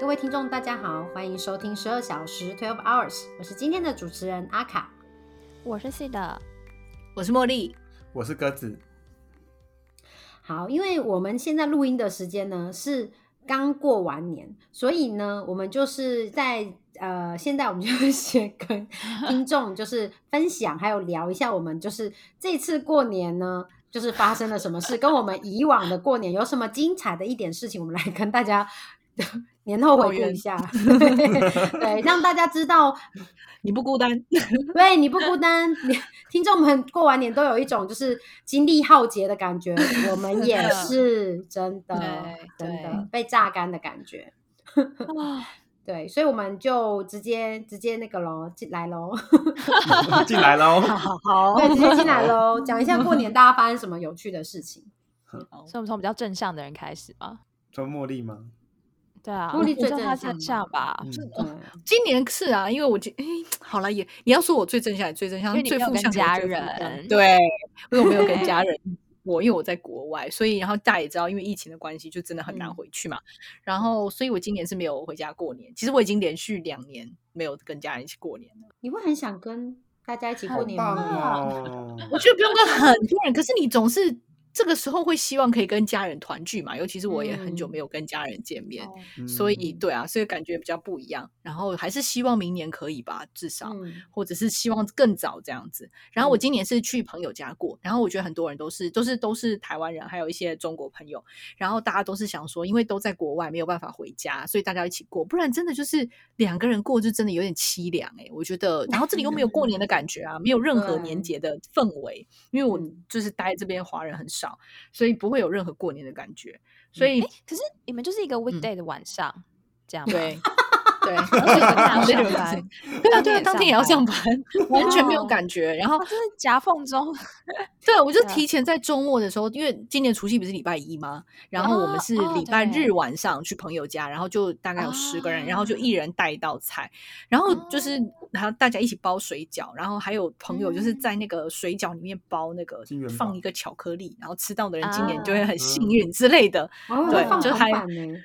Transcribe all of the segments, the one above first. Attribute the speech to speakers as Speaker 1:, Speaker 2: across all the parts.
Speaker 1: 各位听众，大家好，欢迎收听十二小时 （Twelve Hours），我是今天的主持人阿卡。
Speaker 2: 我是系的，
Speaker 3: 我是茉莉，
Speaker 4: 我是鸽子，
Speaker 1: 好，因为我们现在录音的时间呢是刚过完年，所以呢，我们就是在呃，现在我们就先跟听众就是分享，还有聊一下我们就是这次过年呢。就是发生了什么事，跟我们以往的过年有什么精彩的一点事情，我们来跟大家 年后回顾一下，对，让大家知道
Speaker 3: 你不孤单，
Speaker 1: 对，你不孤单，你 听众们过完年都有一种就是精力耗竭的感觉，我们也是真的
Speaker 3: 对
Speaker 1: 真的
Speaker 3: 对
Speaker 1: 被榨干的感觉。对，所以我们就直接直接那个喽，进来喽，
Speaker 4: 进来喽。
Speaker 3: 好
Speaker 1: 对，直接进 来喽，讲一下过年大家发生什么有趣的事情。
Speaker 2: 所以我们从比较正向的人开始吧。
Speaker 4: 说茉莉吗？
Speaker 2: 对啊，
Speaker 1: 茉莉
Speaker 2: 我
Speaker 1: 最
Speaker 2: 叫
Speaker 1: 正
Speaker 2: 她
Speaker 1: 向
Speaker 2: 正向吧，
Speaker 4: 嗯，
Speaker 1: 对，
Speaker 3: 今年是啊，因为我觉得，哎，好了，也你要说我最正向，也最正
Speaker 2: 因
Speaker 3: 向，
Speaker 2: 为你
Speaker 3: 最
Speaker 2: 没有
Speaker 3: 负
Speaker 2: 跟
Speaker 3: 向
Speaker 2: 家
Speaker 3: 也最负向
Speaker 2: 人
Speaker 3: 对，因为我没有跟家人我因为我在国外，所以然后大家也知道，因为疫情的关系，就真的很难
Speaker 1: 嗯
Speaker 3: 回去嘛。然后，所以我今年是没有回家过年。其实我已经连续两年没有跟家人一起过年了。
Speaker 1: 你会很想跟大家一起
Speaker 4: 好
Speaker 1: 过年
Speaker 4: 棒
Speaker 1: 吗？
Speaker 4: 哦！
Speaker 3: 我觉得不用跟很多人，可是你总是这个时候会希望可以跟家人团聚嘛。尤其是我也很久
Speaker 1: 嗯
Speaker 3: 没有跟家人见面，
Speaker 2: 哦
Speaker 4: 嗯
Speaker 3: 所以
Speaker 1: 嗯
Speaker 3: 对啊，所以感觉比较不一样。然后还是希望明年可以吧，至少。
Speaker 1: 嗯
Speaker 3: 或者是希望更早这样子。然后我
Speaker 1: 嗯
Speaker 3: 今年是去朋友家过，然后我觉得很多人都是都是都是台湾人，还有一些中国朋友，然后大家都是想说，因为都在国外没有办法回家，所以大家一起过，不然真的就是两个人过就真的有点凄凉哎、我觉得。然后这里又没有过年的感觉啊，没有任何年
Speaker 1: 对
Speaker 3: 节的氛围，因为我
Speaker 1: 嗯
Speaker 3: 就是待这边华人很少，所以不会有任何过年的感觉，所
Speaker 1: 嗯
Speaker 3: 以。
Speaker 2: 可是你们就是一个 weekday 的晚上这样吗，
Speaker 3: 对 对，
Speaker 2: 然后所以晚上
Speaker 3: 所以
Speaker 2: 上
Speaker 3: 就是
Speaker 2: 班
Speaker 3: 对啊
Speaker 2: 当
Speaker 3: 对
Speaker 2: 天
Speaker 3: 啊，
Speaker 2: 也
Speaker 3: 当天也
Speaker 2: 上
Speaker 3: 要上班
Speaker 2: 班，
Speaker 3: 完全没有
Speaker 1: 哇
Speaker 3: 感觉。然后
Speaker 2: 哦，这是夹缝中，
Speaker 3: 对，我就
Speaker 2: 对啊
Speaker 3: 提前在周末的时候，因为今年除夕不是礼拜一吗？然后我们
Speaker 2: 哦
Speaker 3: 是
Speaker 2: 哦
Speaker 3: 礼拜日
Speaker 2: 对
Speaker 3: 晚上去朋友家，然后就大概有十个人，然后就一人带一道菜，然后
Speaker 2: 哦
Speaker 3: 就是然后大家一起包水饺，然后还有朋友就是在那个水饺里面包那个
Speaker 4: 金元宝
Speaker 3: 放一个巧克力，然后吃到的人今年就会
Speaker 2: 啊嗯
Speaker 3: 很幸运之类的，
Speaker 1: 哦
Speaker 3: 对
Speaker 1: 放
Speaker 3: 就
Speaker 1: 铜
Speaker 3: 还
Speaker 1: 板呢，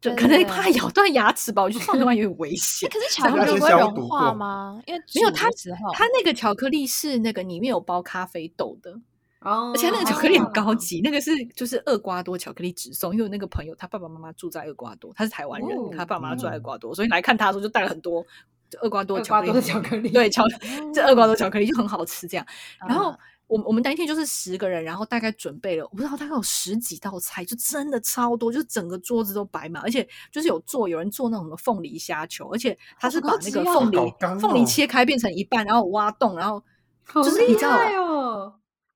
Speaker 3: 就
Speaker 2: 对
Speaker 3: 可
Speaker 2: 对对
Speaker 3: 能怕咬断牙齿吧，我觉得放的话有点危险
Speaker 2: 诶。可是巧
Speaker 4: 这
Speaker 2: 克
Speaker 4: 个
Speaker 2: 力
Speaker 4: 是
Speaker 2: 不会
Speaker 4: 消
Speaker 2: 融
Speaker 4: 毒
Speaker 2: 化
Speaker 4: 过
Speaker 2: 吗？因为
Speaker 3: 没有
Speaker 2: 煮
Speaker 3: 它
Speaker 2: 的时候，
Speaker 3: 它那个巧克力是那个里面有包咖啡豆的，
Speaker 1: 哦，
Speaker 3: 而且那个巧克力很高
Speaker 1: 哦
Speaker 3: 级，那个是就是厄瓜多巧克力直送，因为我那个朋友他爸爸妈妈住在厄瓜多，他是台湾人，
Speaker 1: 哦
Speaker 3: 他爸妈住在厄
Speaker 4: 嗯
Speaker 3: 瓜多，所以来看他的时候就带了很多就厄瓜多
Speaker 1: 厄
Speaker 3: 哦巧
Speaker 1: 瓜
Speaker 3: 克力
Speaker 1: 多的
Speaker 3: 回来，
Speaker 1: 巧克力，
Speaker 3: 对，巧
Speaker 2: 哦
Speaker 3: 这厄瓜多巧克力就很好吃这样。然后
Speaker 2: 嗯
Speaker 3: 我们我们那一天就是十个人，然后大概准备了，我不知道大概有十几道菜，就真的超多，就是整个桌子都摆满，而且就是有做有人做那种什么凤梨虾球，而且他是
Speaker 2: 好
Speaker 3: 把
Speaker 2: 高
Speaker 3: 那
Speaker 2: 级
Speaker 3: 个
Speaker 2: 哦
Speaker 3: 凤梨、
Speaker 4: 好刚
Speaker 3: 凤梨
Speaker 4: 哦
Speaker 3: 切开变成一半，然后挖洞，然后
Speaker 1: 好
Speaker 3: 就是你
Speaker 1: 厉
Speaker 3: 知道
Speaker 1: 害哦！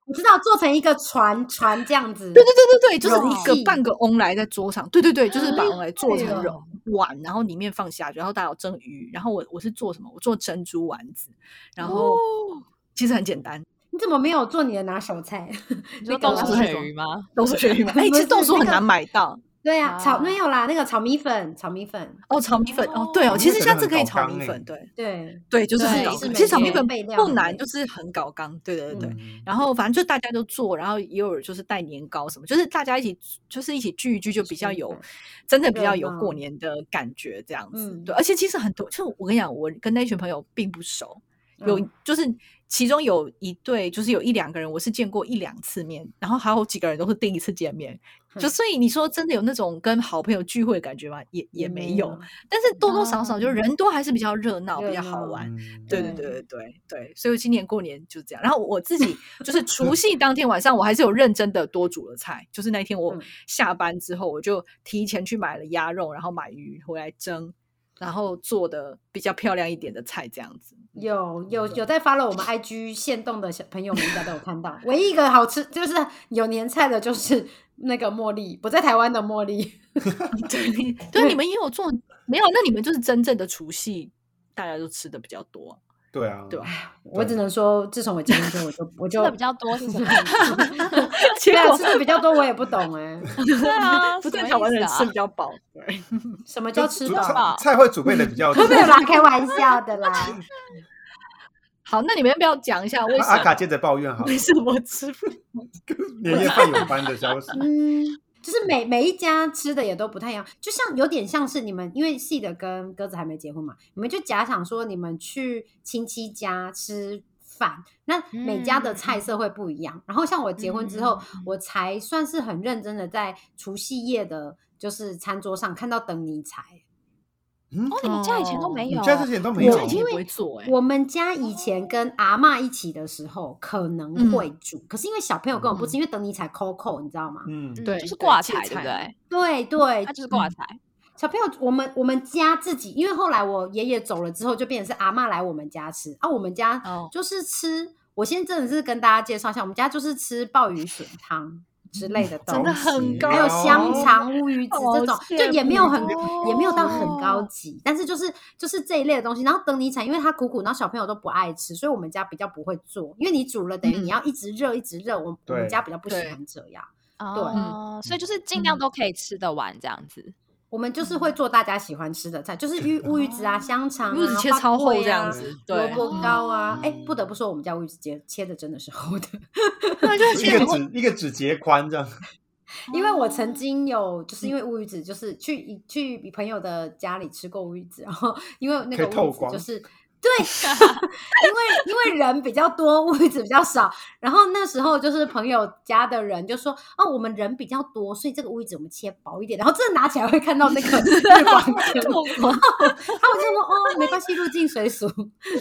Speaker 1: 我知道，做成一个船船这样子，
Speaker 3: 对对对对对，就是
Speaker 1: 容
Speaker 3: 一个
Speaker 1: 器
Speaker 3: 半个翁来在桌上，对对对，就是把
Speaker 1: 啊
Speaker 3: 翁来做
Speaker 1: 对
Speaker 3: 成
Speaker 1: 哦
Speaker 3: 肉碗，然后里面放虾，然后大家有蒸鱼，然后我我是做什么？我做珍珠丸子，然后、
Speaker 1: 哦
Speaker 3: 其实很简单，
Speaker 1: 你怎么没有做你的拿手菜？
Speaker 2: 你
Speaker 1: 那个
Speaker 2: 说豆
Speaker 3: 我
Speaker 2: 豉
Speaker 3: 是
Speaker 2: 鳕
Speaker 3: 什么
Speaker 2: 鱼吗？
Speaker 3: 豆 豉鳕鱼嘛，哎，
Speaker 1: 不
Speaker 3: 其实豆
Speaker 1: 是
Speaker 3: 豉
Speaker 1: 那
Speaker 3: 很
Speaker 1: 个
Speaker 3: 难买到
Speaker 1: 对啊，炒
Speaker 2: 啊
Speaker 1: 没有啦，那个炒米粉，炒米粉，
Speaker 3: 哦，炒米粉哦
Speaker 2: 哦，
Speaker 3: 对哦，其
Speaker 4: 那
Speaker 3: 实
Speaker 4: 个
Speaker 3: 下
Speaker 4: 真
Speaker 3: 次
Speaker 4: 的很
Speaker 3: 可以
Speaker 4: 搞
Speaker 3: 炒
Speaker 4: 纲
Speaker 3: 米
Speaker 4: 欸
Speaker 3: 粉，对
Speaker 1: 对，
Speaker 3: 对，就是
Speaker 2: 对
Speaker 3: 很搞
Speaker 2: 是
Speaker 3: 纲
Speaker 2: 没
Speaker 3: 其实炒米
Speaker 2: 错
Speaker 3: 粉
Speaker 1: 备料
Speaker 3: 不
Speaker 1: 很
Speaker 3: 难，
Speaker 1: 累
Speaker 3: 就是很搞纲，对对对对。
Speaker 4: 嗯
Speaker 3: 然后反正就大家都做，然后也有人就是带年糕什么，就是大家一起就是一起聚一聚，就比较
Speaker 1: 吃
Speaker 3: 有
Speaker 1: 饭
Speaker 3: 真的比较
Speaker 1: 热
Speaker 3: 有
Speaker 1: 闹
Speaker 3: 过年的感觉这样子。对，
Speaker 1: 嗯
Speaker 3: 而且其实很多，就我跟你讲，我跟那群朋友并不熟，有
Speaker 1: 嗯
Speaker 3: 就是其中有一对，就是有一两个人我是见过一两次面，然后还有几个人都是第一次见面。就
Speaker 1: 哼
Speaker 3: 所以你说真的有那种跟好朋友聚会的感觉吗？也也没有，
Speaker 1: 有，
Speaker 3: 但是多多少少就
Speaker 2: 啊
Speaker 3: 人多还是比较热闹，比
Speaker 1: 热
Speaker 3: 较好
Speaker 1: 闹
Speaker 3: 玩。
Speaker 4: 嗯
Speaker 3: 对对
Speaker 1: 对
Speaker 3: 对对对对，所以今年过年就这样。然后我自己就是除夕当天晚上，我还是有认真的多煮了菜。就是那天我
Speaker 1: 嗯
Speaker 3: 下班之后，我就提前去买了鸭肉，然后买鱼回来蒸，然后做的比较漂亮一点的菜，这样子。
Speaker 1: 有有有在发了我们 IG 限动的小朋友们应该都有看到，唯一一个好吃就是有年菜的，就是那个茉莉，不在台湾的茉莉，
Speaker 3: 对，你对，你们也有做没有？啊那你们就是真正的除夕，大家都吃的比较多啊、
Speaker 4: 对啊，
Speaker 3: 对吧？
Speaker 1: 我只能说，自从我结婚之后，我就我
Speaker 2: 吃
Speaker 1: 就
Speaker 2: 的比较多是什么意
Speaker 3: 结
Speaker 1: 对 啊，
Speaker 3: 果
Speaker 1: 吃的比较多，我也不懂哎，
Speaker 2: 思？对啊，
Speaker 3: 不
Speaker 2: 什
Speaker 3: 对，
Speaker 2: 么
Speaker 3: 台湾
Speaker 2: 意思
Speaker 3: 人
Speaker 2: 啊
Speaker 3: 吃比较饱。对，
Speaker 1: 什么
Speaker 4: 就
Speaker 1: 叫吃
Speaker 4: 煮
Speaker 1: 饱？
Speaker 4: 菜
Speaker 2: 饱
Speaker 4: 菜会准备的比较多。
Speaker 1: 没有啦，开玩笑的啦。
Speaker 3: 好，那你们要不要讲一下为
Speaker 4: 那
Speaker 3: 什
Speaker 4: 阿
Speaker 3: 么
Speaker 4: 卡接着抱怨好了
Speaker 3: 为，什么吃不
Speaker 4: 年夜饭有班的消息。
Speaker 1: 嗯，就是每每一家吃的也都不太一样，就像有点像是你们，因为细的跟鸽子还没结婚嘛，你们就假想说你们去亲戚家吃饭，那每家的菜色会不一样。然后像我结婚之后，我才算是很认真的在除夕夜的，就是餐桌上看到等你才。
Speaker 4: 嗯，
Speaker 2: 哦，你们家以前都没
Speaker 4: 你
Speaker 2: 有哦，
Speaker 4: 家之前都没
Speaker 1: 我
Speaker 4: 有
Speaker 3: 这，以前不会做哎、
Speaker 1: 我们家以前跟阿嬷一起的时候可能会煮，可是因为小朋友根本不吃，因为等你才 COCO，你知道吗？
Speaker 4: 嗯，
Speaker 2: 嗯
Speaker 3: 对
Speaker 2: 就是
Speaker 3: 对
Speaker 2: 挂
Speaker 3: 芥
Speaker 2: 彩，对
Speaker 3: 菜
Speaker 2: 不
Speaker 1: 对
Speaker 2: 对？
Speaker 1: 对
Speaker 2: 它，就是挂彩，
Speaker 1: 小朋友，我们我们家自己，因为后来我爷爷走了之后，就变成是阿嬷来我们家吃啊，我们家
Speaker 3: 哦
Speaker 1: 就是吃。我先真的是跟大家介绍一下，我们家就是吃鲍鱼笋汤之类的东西，
Speaker 3: 真的很高
Speaker 1: 还有香
Speaker 4: 哦
Speaker 1: 肠、乌鱼子这种
Speaker 3: 好，
Speaker 1: 就
Speaker 3: 羡
Speaker 1: 也没有很
Speaker 3: 慕哦
Speaker 1: 也没有到很高
Speaker 2: 哦
Speaker 1: 级，但是就是就是这一类的东西。然后等你产，因为它苦苦，然后小朋友都不爱吃，所以我们家比较不会做，因为你煮了等于
Speaker 3: 嗯
Speaker 1: 你要一直热一直热，我我们
Speaker 4: 对
Speaker 1: 家比较不喜
Speaker 3: 对
Speaker 1: 欢这样。
Speaker 2: 哦，所以就是尽量都可以吃得完这样子。
Speaker 1: 我们就是会做大家喜欢吃的菜， 就是鱼乌鱼子啊、香肠啊、
Speaker 3: 褥子切
Speaker 1: 花
Speaker 3: 超厚
Speaker 1: 桂
Speaker 3: 这样
Speaker 1: 啊
Speaker 3: 子，
Speaker 1: 萝
Speaker 3: 对，
Speaker 1: 卜糕啊。哎、
Speaker 4: 嗯
Speaker 1: 不得不说，我们家乌鱼子切切的真的是厚的，
Speaker 3: 对，就是
Speaker 4: 一
Speaker 3: 切
Speaker 4: 个
Speaker 3: 厚
Speaker 4: 指一个指节宽这样，
Speaker 1: 因为我曾经有就是因为乌鱼子，就是去一去朋友的家里吃过乌鱼子，然后因为那
Speaker 4: 可
Speaker 1: 个
Speaker 4: 以
Speaker 1: 乌
Speaker 4: 透
Speaker 1: 鱼子
Speaker 4: 光
Speaker 1: 就是。对， 因为因为人比较多，乌鱼子比较少。然后那时候就是朋友家的人就说：“哦，我们人比较多，所以这个乌鱼子我们切薄一点。”然后真的拿起来会看到那个 日光灯，
Speaker 2: 透光，
Speaker 3: 嗯
Speaker 1: 他们就说：“哦，没 关系，入境随俗。”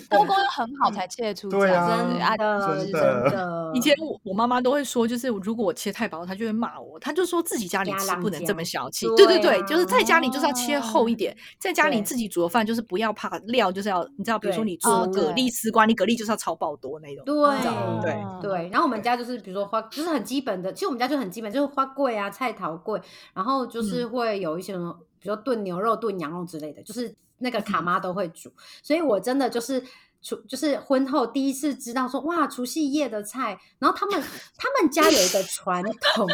Speaker 2: 透光又很好才切得出这
Speaker 4: 对
Speaker 2: 样
Speaker 4: 啊
Speaker 2: 子，
Speaker 1: 真
Speaker 2: 啊，
Speaker 1: 的，
Speaker 4: 真的
Speaker 1: 的
Speaker 3: 以前我我妈妈都会说，就是如果我切太薄，她就会骂我，她就说自己家里
Speaker 1: 家
Speaker 3: 吃
Speaker 1: 郎
Speaker 3: 不能这
Speaker 1: 家
Speaker 3: 么小气。
Speaker 1: 对
Speaker 3: 对对对，
Speaker 1: 啊
Speaker 3: 就是在家里就是要切厚一点，在家里
Speaker 1: 对
Speaker 3: 自己煮的饭就是不要怕料，就是要你知道，比如说
Speaker 1: 对
Speaker 3: 你做
Speaker 2: 哦
Speaker 3: 蛤
Speaker 2: 对
Speaker 3: 蜊丝瓜，你蛤蜊就是要超爆多那种。
Speaker 1: 对
Speaker 4: 嗯
Speaker 3: 对
Speaker 1: 对，然后我们家就是比如说花，就是很基本的，其实我们家就很基本，就是花桂啊、菜桃桂，然后就是会有一些什么，比如说炖牛肉、炖羊肉之类的，就是那个卡妈都会煮，所以我真的就是。除就是婚后第一次知道说哇除夕夜的菜，然后他们他们家有一个传 统，
Speaker 2: 会不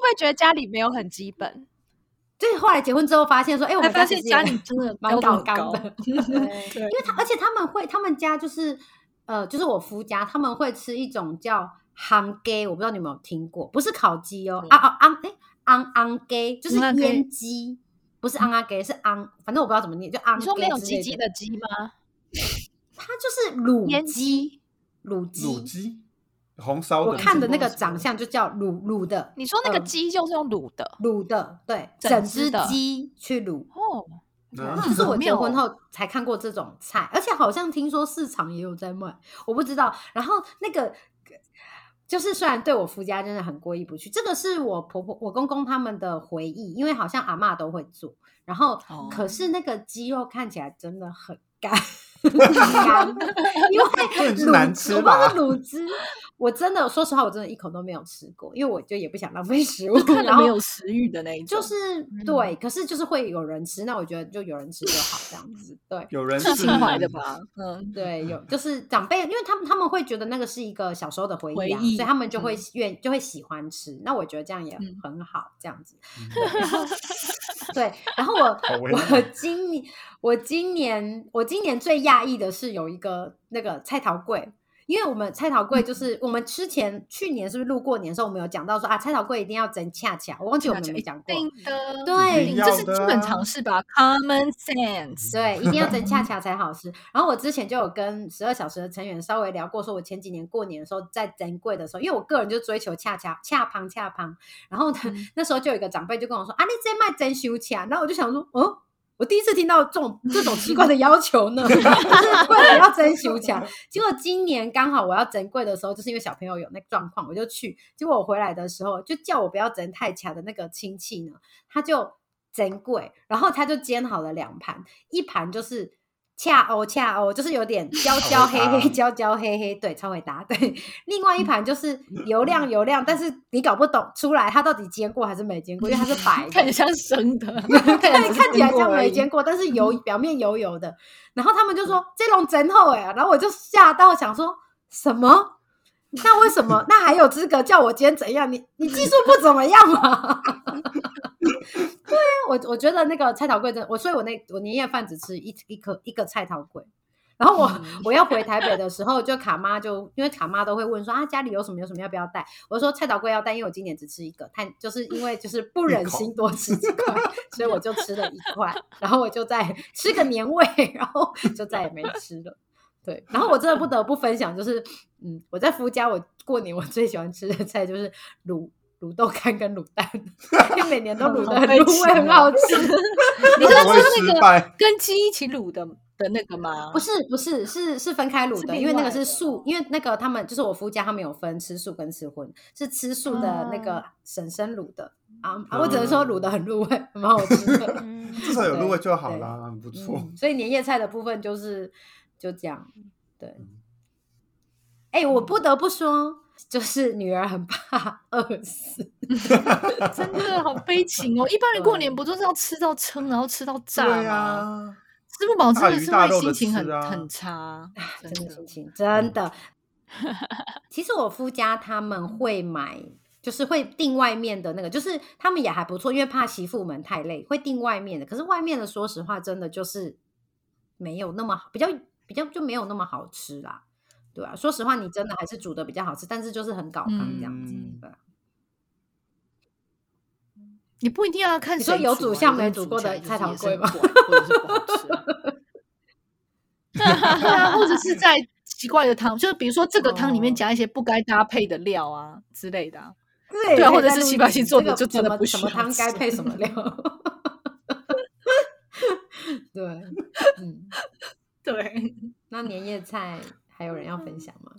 Speaker 2: 会觉得家里没有很基本？
Speaker 1: 就是后来结婚之后发现说，哎、我
Speaker 3: 才
Speaker 1: 们
Speaker 3: 发
Speaker 1: 其
Speaker 3: 现
Speaker 1: 实
Speaker 3: 家
Speaker 1: 也
Speaker 3: 里真的
Speaker 1: 蛮
Speaker 3: 标准
Speaker 1: 搞纲
Speaker 3: 很高
Speaker 1: 的，因为他而且他们会，他们家就是呃，就是我夫家，他们会吃一种叫昂鸡，我不知道你有没有听过，不是烤鸡
Speaker 2: 嗯
Speaker 1: 哦，昂昂昂哎昂昂鸡就是
Speaker 3: 昂昂鸡
Speaker 1: 腌鸡，不是昂昂鸡是昂，反正我不知道怎么念，就昂
Speaker 2: 你
Speaker 1: 鸡
Speaker 2: 说没有
Speaker 1: 之类
Speaker 2: 鸡鸡
Speaker 1: 的，
Speaker 2: 的鸡吗？
Speaker 1: 它就是卤
Speaker 2: 腌
Speaker 1: 鸡，卤
Speaker 4: 卤
Speaker 1: 鸡。
Speaker 4: 鸡红烧的，
Speaker 1: 我看的那个长相就叫卤卤的，
Speaker 2: 你说那个
Speaker 1: 嗯
Speaker 2: 鸡就是用卤的
Speaker 1: 卤的，对，
Speaker 2: 整
Speaker 1: 整
Speaker 2: 只
Speaker 1: 只
Speaker 2: 的
Speaker 1: 鸡去卤，
Speaker 2: 哦，
Speaker 4: 嗯，
Speaker 1: 这是我结
Speaker 3: 妙
Speaker 1: 婚
Speaker 3: 哦
Speaker 1: 后才看过这种菜，而且好像听说市场也有在卖，我不知道。然后那个就是虽然对我夫家真的很过意不去，这个是我婆婆、我公公他们的回忆，因为好像阿嬷都会做。然后
Speaker 3: 哦
Speaker 1: 可是那个鸡肉看起来真的很干。很干，因为
Speaker 4: 点是
Speaker 1: 卤
Speaker 4: 难
Speaker 1: 汁
Speaker 4: 吃
Speaker 1: 我不知道
Speaker 4: 吧
Speaker 1: 是卤汁，我真的说实话，我真的一口都没有吃过，因为我就也不想浪费食物，
Speaker 3: 看
Speaker 1: 然
Speaker 3: 了没
Speaker 1: 后
Speaker 3: 有食欲的那一种，
Speaker 1: 就是
Speaker 3: 嗯
Speaker 1: 对，可是就是会有人吃，那我觉得就有人吃就好这样子。对
Speaker 4: 有人
Speaker 3: 是
Speaker 4: 是
Speaker 3: 情怀的？吧？嗯，
Speaker 1: 对，有就是长辈，因为他们他们会觉得那个是一个小时候的回忆啊，
Speaker 3: 回忆
Speaker 1: 所以他们就会愿、就会喜欢吃。那我觉得这样也
Speaker 3: 嗯
Speaker 1: 很好，这样子。
Speaker 4: 嗯
Speaker 1: 对，然后我
Speaker 4: 好温
Speaker 1: 我
Speaker 4: 暖
Speaker 1: 今年我今年我今年最讶异的是有一个那个菜桃柜，因为我们菜桃柜
Speaker 3: 嗯
Speaker 1: 就是、我们之前去年是不是录过年的时候，我们有讲到说啊菜桃柜一定要整恰恰，我忘记我们有没有讲过。
Speaker 3: 定哦的，
Speaker 1: 对
Speaker 3: 一定
Speaker 1: 这
Speaker 3: 这
Speaker 4: 是
Speaker 3: 是
Speaker 4: 基
Speaker 3: 基
Speaker 4: 本
Speaker 3: 本
Speaker 4: 常
Speaker 3: 常识吧？Common sense。
Speaker 1: 对，一定要蒸恰恰才好吃。然后我之前就有跟十二小时的成员稍微聊过，说我前几年过年的时候在珍贵的时候，因为我个人就追求恰恰恰胖恰胖，然后呢、 那时候就有一个长辈就跟我说啊，你这卖真修恰，然后我就想说，哦。我第一次听到这种这种奇怪的要求呢， 就是贵人要真啊修恰。结果今年刚好我要整柜的时候，就是因为小朋友有那个状况，我就去。结果我回来的时候，就叫我不要整太卡的那个亲戚呢，他就整柜，然后他就煎好了两盘，一盘就是恰欧恰欧，就是有点焦焦黑
Speaker 4: 超会
Speaker 1: 黑
Speaker 4: 搭
Speaker 1: 焦焦黑黑，对，超会搭。对，另外一盘 就是油亮油亮，但是你搞不懂出来它到底煎过还是没煎过，因为它是白
Speaker 3: 看
Speaker 1: 的
Speaker 3: 着。像生的，
Speaker 1: 对，看起来像没
Speaker 3: 煎
Speaker 1: 煎过，但嗯是油表面油油的。然后他们就说这种真厚哎、然后我就吓到想说什么？那为什么？那还有资格叫我今天怎样？你你技术不怎么样嘛？对啊，我我觉得那个菜桃贵真的，我所以我那我年夜饭只吃一一颗一个菜桃贵，然后我我要回台北的时候，就卡妈就因为卡妈都会问说啊家里有什么有什么要不要带？我说菜岛粿要带，因为我今年只吃一个，但就是因为就是不忍心多吃几块，所以我就吃了一块，然后我就再吃个年味，然后就再也没吃了。对，然后我真的不得不分享，就是嗯，我在夫家，我过年我最喜欢吃的菜就是卤卤豆干跟卤蛋， 因为每年都卤的很入味，很好吃。
Speaker 3: 你是
Speaker 4: 会不会
Speaker 3: 说
Speaker 4: 失
Speaker 3: 那个
Speaker 4: 败？
Speaker 3: 跟鸡一起卤的的那个吗
Speaker 1: 不？是不是是是分开卤
Speaker 3: 是
Speaker 1: 的，
Speaker 3: 另
Speaker 1: 因为那个
Speaker 3: 外
Speaker 1: 是
Speaker 3: 的哦
Speaker 1: 素，因为那个他们就是我夫家，他们有分吃素跟吃荤，是吃素的那
Speaker 3: 啊
Speaker 1: 个婶婶卤的啊啊，我只能说卤的很入味，蛮好 吃的。
Speaker 2: 嗯，
Speaker 4: 至少有入味就好
Speaker 1: 对
Speaker 4: 啦，很不错。
Speaker 1: 嗯，所以年夜菜的部分就是就这样，对
Speaker 4: 嗯。
Speaker 1: 哎、
Speaker 3: 嗯
Speaker 1: 我不得不说，就是女儿很怕饿死，
Speaker 3: 真的好悲情哦！一般人过
Speaker 1: 对
Speaker 3: 年不都是要吃到撑，然后吃到炸
Speaker 4: 对
Speaker 3: 吗？
Speaker 4: 啊，
Speaker 3: 吃不饱真
Speaker 4: 大
Speaker 3: 的
Speaker 4: 鱼
Speaker 3: 是会
Speaker 4: 大肉
Speaker 3: 心
Speaker 4: 地
Speaker 3: 情
Speaker 4: 吃
Speaker 3: 很
Speaker 4: 啊
Speaker 3: 很差，
Speaker 1: 真的心
Speaker 3: 的。嗯
Speaker 1: 情真的。其实我夫家他们会买，就是会订外面的那个，就是他们也还不错，因为怕媳妇们太累，会订外面的。可是外面的，说实话，真的就是没有那么好，比较比较就没有那么好吃啦，对啊，说实话，你真的还是煮的比较好吃，但是就是很搞汤这样子。
Speaker 4: 嗯
Speaker 1: 对啊
Speaker 3: 你不一定要看
Speaker 1: 你
Speaker 3: 谁
Speaker 1: 说有煮
Speaker 3: 煮啊
Speaker 1: 像
Speaker 3: 有
Speaker 1: 没
Speaker 3: 人
Speaker 1: 煮
Speaker 3: 煮
Speaker 1: 过
Speaker 3: 起来
Speaker 1: 的
Speaker 3: 就是
Speaker 1: 菜
Speaker 3: 也
Speaker 1: 头
Speaker 3: 是
Speaker 1: 粿
Speaker 3: 很
Speaker 1: 吗
Speaker 3: 怪或者是不好吃啊。 对啊，或者是在奇怪的汤，就是比如说这个汤里面
Speaker 1: 哦
Speaker 3: 加一些不该搭配的料啊之类的啊、
Speaker 1: 对
Speaker 3: 对啊
Speaker 1: 可以
Speaker 3: 或者
Speaker 1: 再
Speaker 3: 是
Speaker 1: 录
Speaker 3: 西
Speaker 1: 一
Speaker 3: 班牙
Speaker 1: 集
Speaker 3: 人做
Speaker 1: 这
Speaker 3: 的
Speaker 1: 个
Speaker 3: 就真
Speaker 1: 什
Speaker 3: 的
Speaker 1: 么
Speaker 3: 不
Speaker 1: 什
Speaker 3: 需
Speaker 1: 么
Speaker 3: 要
Speaker 1: 汤该
Speaker 3: 吃
Speaker 1: 配什么料。 对，嗯，
Speaker 3: 对，
Speaker 1: 那年夜菜还有人要分享吗？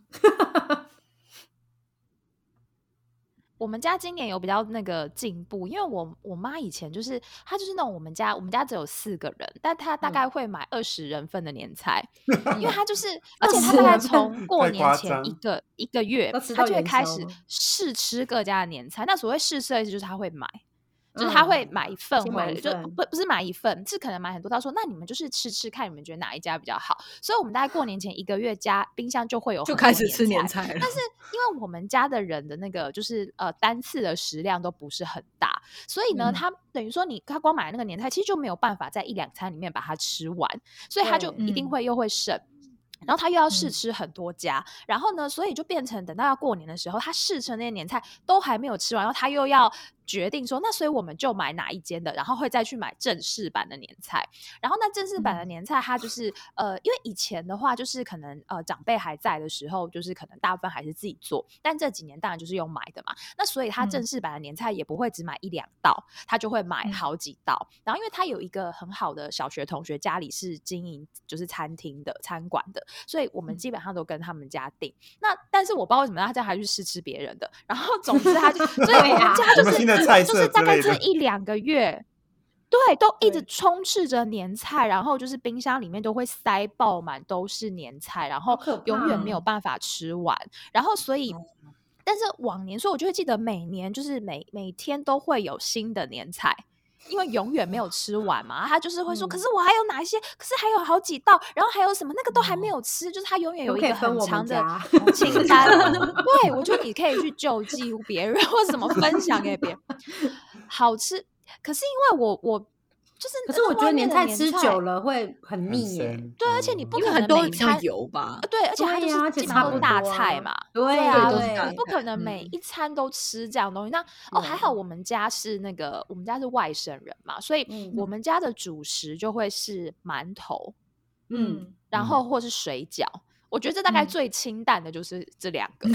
Speaker 2: 我们家今年有比较那个进步，因为我我妈以前就是她就是那种我们家我们家只有四个人，但她大
Speaker 1: 嗯
Speaker 2: 概会买二十人份的年 菜，因为她就是，而
Speaker 1: 20
Speaker 2: 且她大概
Speaker 1: 人份
Speaker 2: 从过
Speaker 4: 太
Speaker 2: 年
Speaker 4: 夸
Speaker 2: 前
Speaker 4: 张
Speaker 2: 一个一个月
Speaker 1: 都吃，
Speaker 2: 她
Speaker 1: 到
Speaker 2: 就会
Speaker 1: 元
Speaker 2: 开
Speaker 1: 宵
Speaker 2: 始
Speaker 1: 吗
Speaker 2: 试吃各家的年菜。那所谓试吃的意思就是她会买。就是她会买一份
Speaker 1: 嗯先
Speaker 2: 回
Speaker 1: 买
Speaker 2: 来，
Speaker 1: 一
Speaker 2: 就
Speaker 1: 份
Speaker 2: 不不是买一份，是可能买很多。她说：“那你们就是吃吃看，你们觉得哪一家比较好？”所以，我们大概过年前一个月家冰箱就会有
Speaker 3: 就
Speaker 2: 很
Speaker 3: 开
Speaker 2: 多
Speaker 3: 始吃
Speaker 2: 年
Speaker 3: 年
Speaker 2: 菜
Speaker 3: 菜 了
Speaker 2: 但。是因为我们家的人的那个就是呃单次的食量都不是很大，所以呢，
Speaker 3: 嗯
Speaker 2: 他等于说你他光买那个年菜，其实就没有办法在一两餐里面把它吃完，所以他就
Speaker 1: 对
Speaker 2: 一定
Speaker 3: 嗯
Speaker 2: 会又会剩。然后他又要试
Speaker 3: 嗯
Speaker 2: 吃很多家，然后呢，所以就变成等到要过年的时候，他试吃的那些年菜都还没有吃完，然后他又要决定说，那所以我们就买哪一间的，然后会再去买正式版的年菜。然后那正式版
Speaker 3: 嗯
Speaker 2: 的年菜，它就是、呃，因为以前的话，就是可能呃长辈还在的时候，就是可能大部分还是自己做，但这几年当然就是用买的嘛。那所以它
Speaker 3: 嗯
Speaker 2: 正式版的年菜也不会只买一两道，他就会买
Speaker 3: 嗯
Speaker 2: 好几道。然后因为他有一个很好的小学同学，家里是经营就是餐厅的餐馆的，所以我们
Speaker 3: 嗯
Speaker 2: 基本上都跟他们家订。那但是我不知道为什么他家还去试吃别人的，然后总之他就， 所以
Speaker 1: 对
Speaker 2: 我
Speaker 1: 啊
Speaker 2: 们家就
Speaker 4: 有没有
Speaker 2: 是
Speaker 4: 新的菜
Speaker 2: 就
Speaker 4: 色
Speaker 2: 是大
Speaker 4: 之
Speaker 2: 概
Speaker 4: 类
Speaker 2: 这
Speaker 4: 的
Speaker 2: 一两个月。对，都一直
Speaker 1: 对
Speaker 2: 充斥着年菜，然后就是冰箱里面都会塞爆满，都是年菜，然后
Speaker 1: 可哦嗯
Speaker 2: 永远没有
Speaker 3: 怕
Speaker 2: 办法吃完。然后所以，但是往年，所以我就会记得每年就是每每天都会有新的年菜。因为永远没有吃完嘛，他就是会说，可
Speaker 1: 嗯
Speaker 2: 是我还有哪一些，可是还有好几道，然后还有什么那个都还没有吃，就是他永远有
Speaker 1: 嗯
Speaker 2: 一
Speaker 1: 可以
Speaker 2: 个
Speaker 1: 分
Speaker 2: 很
Speaker 1: 我
Speaker 2: 长
Speaker 1: 们
Speaker 2: 的
Speaker 1: 家，
Speaker 2: 清
Speaker 4: 对
Speaker 2: 单。对，我觉得你可以去救济别人，或什么分享给别人，好吃。可是因为我我就是，
Speaker 1: 可是我觉得年菜
Speaker 2: 菜
Speaker 1: 吃久，了会很腻耶。
Speaker 4: 对
Speaker 2: 对，而且你不
Speaker 3: 因为
Speaker 2: 可
Speaker 3: 很
Speaker 2: 能
Speaker 3: 多
Speaker 2: 每
Speaker 3: 人比较
Speaker 2: 餐
Speaker 3: 油吧
Speaker 2: 啊，对，而且它就
Speaker 1: 对呀而
Speaker 2: 是
Speaker 1: 且
Speaker 2: 基本
Speaker 1: 差
Speaker 2: 上都
Speaker 1: 不
Speaker 2: 是大
Speaker 1: 多啊
Speaker 2: 菜嘛，
Speaker 1: 对
Speaker 2: 啊，
Speaker 3: 对都是大
Speaker 2: 对，
Speaker 3: 菜
Speaker 2: 你不可能每
Speaker 3: 嗯
Speaker 2: 一餐都吃这样东
Speaker 1: 嗯
Speaker 2: 西。那哦，还好我们家是那个我们家是外省人嘛，所以
Speaker 1: 嗯
Speaker 2: 我们家的主食就会是馒头，
Speaker 1: 嗯，
Speaker 2: 然
Speaker 4: 嗯
Speaker 2: 后或是水饺。我觉得这大概
Speaker 3: 嗯
Speaker 2: 最清淡的就是这两 个，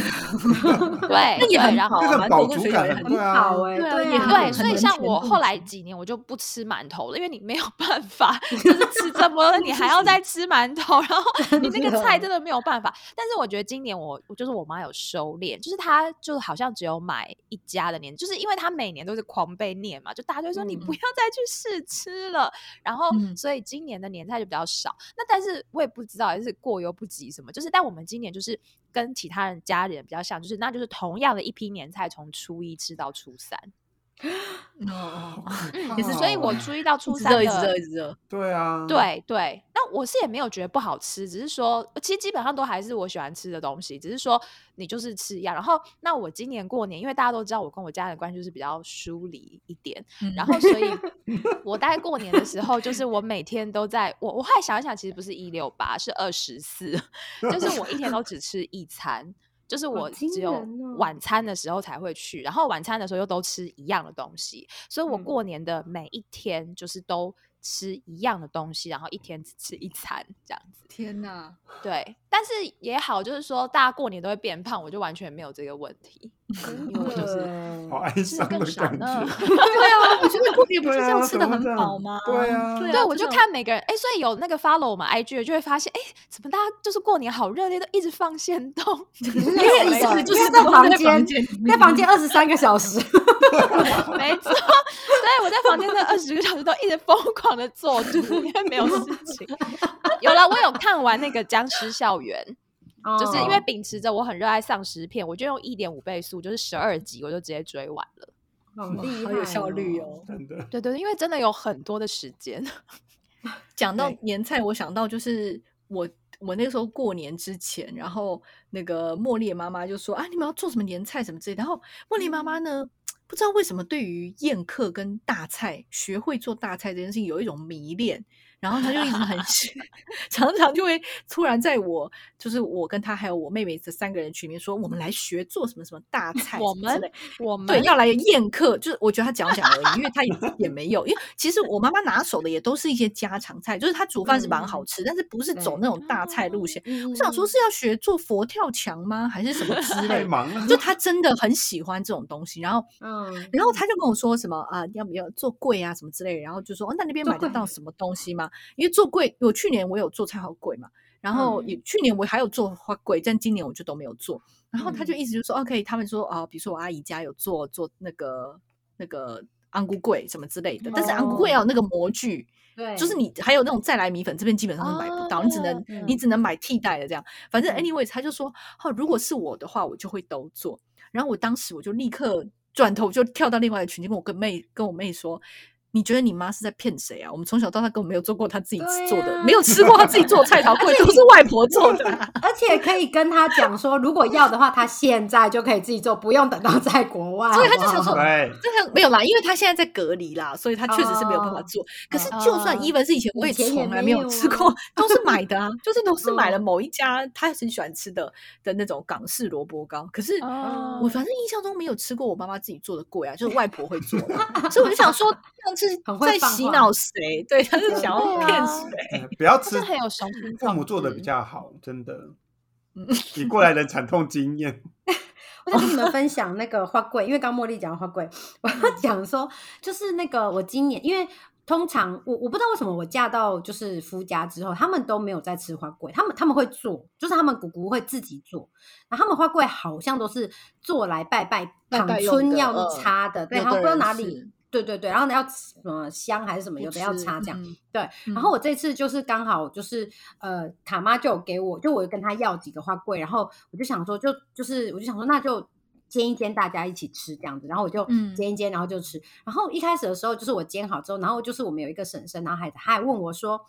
Speaker 2: 对，
Speaker 3: 那也
Speaker 2: 对
Speaker 3: 很
Speaker 2: 然
Speaker 3: 好
Speaker 2: 后
Speaker 4: 这
Speaker 3: 啊，
Speaker 4: 个
Speaker 3: 馒
Speaker 4: 饱
Speaker 3: 头跟
Speaker 4: 足
Speaker 3: 水
Speaker 4: 感
Speaker 3: 饺也
Speaker 4: 很
Speaker 3: 很
Speaker 1: 很
Speaker 4: 对啊
Speaker 1: 好，哎，
Speaker 3: 对啊
Speaker 1: 对
Speaker 3: 也
Speaker 1: 啊，
Speaker 3: 很
Speaker 2: 欸对，
Speaker 3: 很
Speaker 2: 所以
Speaker 3: 能
Speaker 2: 像
Speaker 3: 全
Speaker 2: 我
Speaker 3: 动
Speaker 2: 后来
Speaker 3: 的
Speaker 2: 几年我就不吃馒头了，因为你没有办法，就是吃这么多，你还要再吃馒头，然 后你那个
Speaker 3: 啊
Speaker 2: 菜真的没有办法。但是我觉得今年我我就是我妈有收敛，就是她就好像只有买一家的年，就是因为她每年都是狂被念嘛，就大家就会说你不
Speaker 1: 嗯
Speaker 2: 要再去试吃了。然后
Speaker 3: 嗯
Speaker 2: 所以今年的年菜就比较少。那但是我也不知道，也是过犹不及什么，就是但我们今年就是。跟其他人家人比较像，就是那就是同样的一批年菜，从初一吃到初三。
Speaker 3: 哦，
Speaker 2: 嗯
Speaker 4: 也是
Speaker 2: 所以我
Speaker 4: 哦
Speaker 2: 注意到初
Speaker 3: 一直
Speaker 2: 三
Speaker 3: 热，一直
Speaker 2: 的
Speaker 3: 热，一直热。
Speaker 4: 对啊，，
Speaker 2: 对对，那我是也没有觉得不好吃，只是说其实基本上都还是我喜欢吃的东西，只是说你就是吃一样。然后那我今年过年，因为大家都知道我跟我家人的关系就是比较疏离一点，
Speaker 3: 嗯
Speaker 2: 然后所 以我大概过年的时候，就是我每天都在我我后来想一想，其实不是一六八，是二十四，就是我 一天都只吃一餐。就是我
Speaker 1: 惊
Speaker 2: 只有
Speaker 1: 人哦
Speaker 2: 晚餐的时候才会去，然后晚餐的时候又都吃一样的东西，所以我
Speaker 1: 嗯
Speaker 2: 过年的每一天就是都吃一样的东西，然后一天只吃一餐这样子。
Speaker 3: 天哪，
Speaker 2: 对，但是也好，就是说大家过年都会变胖，我就完全没有这个问 题，因为我就是
Speaker 1: 对
Speaker 4: 好哀
Speaker 2: 吃
Speaker 4: 伤
Speaker 2: 得
Speaker 4: 的
Speaker 2: 更少
Speaker 4: 感
Speaker 2: 呢
Speaker 4: 觉。。
Speaker 3: 对啊，我觉得过年不是
Speaker 4: 对
Speaker 3: 这
Speaker 4: 啊，
Speaker 3: 样
Speaker 4: 怎
Speaker 3: 吃的
Speaker 4: 么会
Speaker 3: 很
Speaker 4: 这样
Speaker 3: 饱吗？
Speaker 4: 对啊，
Speaker 3: 对 啊
Speaker 2: 对，我就
Speaker 3: 真的
Speaker 2: 看每个人，哎，所以有那个 follow 我们 IG 的就会发现，哎，怎么大家就是过年好热烈，都一直放线动，
Speaker 1: 因
Speaker 3: 因为
Speaker 1: 为
Speaker 3: 每次
Speaker 1: 就
Speaker 3: 就是是
Speaker 1: 在
Speaker 3: 都
Speaker 1: 房
Speaker 3: 在
Speaker 1: 间
Speaker 3: 房间里，面
Speaker 1: 在房间二十三个小时，
Speaker 2: 没错，所以我在房间那二十个小时都一直疯狂的做图，因为没有事情。 有了，我有看完那个《僵尸校园》，就是因为
Speaker 1: 哦
Speaker 2: 秉持着我很热爱丧尸片，我就用一点五倍速，就是十二集，我就直接追完了。
Speaker 1: 哦好
Speaker 3: 哇
Speaker 1: 厉害，
Speaker 3: 好有效率。哦。
Speaker 4: 真的，
Speaker 2: 对对对，因为真的有很多的时间。
Speaker 3: 讲到
Speaker 2: 对
Speaker 3: 年菜，我想到就是我我那个时候过年之前，然后那个茉莉的妈妈就说啊，你们要做什么年菜什么之类的然后茉莉妈妈
Speaker 2: 嗯
Speaker 3: 呢，不知道为什么对于宴客跟大菜，学会做大菜这件事情有一种迷恋。然后她就一直 很喜，常常就会突然在我，就是我跟她还有我妹妹这三个人群里面说，我们来学做什么什么大菜
Speaker 2: 我
Speaker 3: 什么之
Speaker 2: 们
Speaker 3: 类
Speaker 2: 我们
Speaker 3: 对，要来宴客，就是我觉得他讲讲而已，因为他 也也没有，因为其实我妈妈拿手的也都是一些家常菜，就是她煮饭是
Speaker 4: 嗯
Speaker 3: 蛮好吃，但是不是走
Speaker 1: 对
Speaker 3: 那种大菜路线。我
Speaker 1: 我
Speaker 3: 想说，是要学做佛跳墙吗，还是什么之
Speaker 4: 太
Speaker 3: 类的？
Speaker 4: 忙了，
Speaker 3: 就她真的很喜欢这种东西，然后
Speaker 1: 嗯，
Speaker 3: 然后他就跟我说什么啊，要不要做柜啊什么之类的，然后就说哦，那那边
Speaker 1: 做
Speaker 3: 买得
Speaker 1: 柜
Speaker 3: 到什么东西吗？因为做柜，我去年我有做菜花柜嘛，然后
Speaker 1: 嗯
Speaker 3: 也、去年我还有做花柜，但今年我就都没有做。然后
Speaker 1: 嗯
Speaker 3: 他就一直就说、哦，可以，他们说啊、比如说我阿姨家有做做那个那个安菇柜什么之类的，但是安
Speaker 1: 哦
Speaker 3: 菇柜要有那个模具，
Speaker 1: 对，
Speaker 3: 就是你还有那种再来米粉，这边基本上是买不到，你只能、
Speaker 1: 嗯
Speaker 3: 你只能买替代的这样。反正
Speaker 1: 嗯
Speaker 3: anyways，他就说，哦，如果是我的话，我就会都做。然后我当时我就立刻转头就跳到另外一个群，就跟我跟妹跟我妹说。你觉得你妈是在骗谁啊？我们从小到大根本没有做过她自己
Speaker 1: 对
Speaker 3: 做的，
Speaker 1: 啊
Speaker 3: 没有吃过她自己做的 菜头粿，都是外婆做的啊、
Speaker 1: 而且可以跟他讲说，如果要的话，他现在就可以自己做，不用等到在国外。
Speaker 3: 所以他就
Speaker 1: 好不好
Speaker 2: 嗯
Speaker 3: 想说
Speaker 4: 对，
Speaker 3: 这个没有啦，因为她现在在隔离啦，所以她确实是没有办法
Speaker 1: 哦
Speaker 3: 做。可是就算
Speaker 2: 哦
Speaker 3: even 是以前我
Speaker 1: 以
Speaker 3: 也
Speaker 1: 前也
Speaker 3: 从来
Speaker 1: 没
Speaker 3: 没有
Speaker 1: 有
Speaker 3: 吃
Speaker 1: 啊
Speaker 3: 过，都是买 的啊，就是都是买了
Speaker 1: 嗯
Speaker 3: 某一家她很喜欢吃的的那种港式萝卜糕。可是
Speaker 2: 哦
Speaker 3: 我反正印象中没有吃过我妈妈自己做的贵啊，就是外婆会做的，所以我就想说，上次
Speaker 1: 很会
Speaker 3: 在
Speaker 1: 放
Speaker 3: 洗
Speaker 1: 话
Speaker 3: 脑谁？对，她是
Speaker 1: 真
Speaker 3: 想
Speaker 2: 的
Speaker 3: 要骗
Speaker 2: 啊
Speaker 3: 谁？
Speaker 4: 哎不要吃
Speaker 2: 真的很有雄心
Speaker 4: 父
Speaker 2: 壮
Speaker 4: 母做的
Speaker 2: 志
Speaker 4: 比较好，真的
Speaker 3: 嗯。
Speaker 4: 你过来人惨痛经验，
Speaker 1: 我想跟 你们分享那个花柜，因为刚茉莉讲花柜，我要
Speaker 3: 嗯
Speaker 1: 讲说，就是那个我今年，因为通常我我不知道为什么我嫁到就是夫家之后，他们都没有在吃花柜，他们他们会做，就是他们姑姑会自己做，然后他们花柜好像都是做来拜拜，
Speaker 3: 拜拜
Speaker 1: 躺
Speaker 3: 用
Speaker 1: 村
Speaker 3: 的
Speaker 1: 要
Speaker 3: 嗯
Speaker 1: 插的，对，
Speaker 3: 有
Speaker 1: 好像
Speaker 3: 的
Speaker 1: 不知道
Speaker 3: 人
Speaker 1: 哪里
Speaker 3: 是，
Speaker 1: 对对对，然后呢要什么香还是什么，
Speaker 3: 不
Speaker 1: 有的要
Speaker 3: 吃
Speaker 1: 插这样。
Speaker 3: 嗯
Speaker 1: 对，然后我这次就是刚好就是呃，卡妈就有给我，就我跟她要几个花柜，然后我就想说就，就是我就想说，那就煎一煎，大家一起吃这样子，然后我就
Speaker 3: 嗯
Speaker 1: 煎一煎，然后就吃。然后一开始的时候，就是我煎好之后，然后就是我们有一个婶婶，然后还还问我说。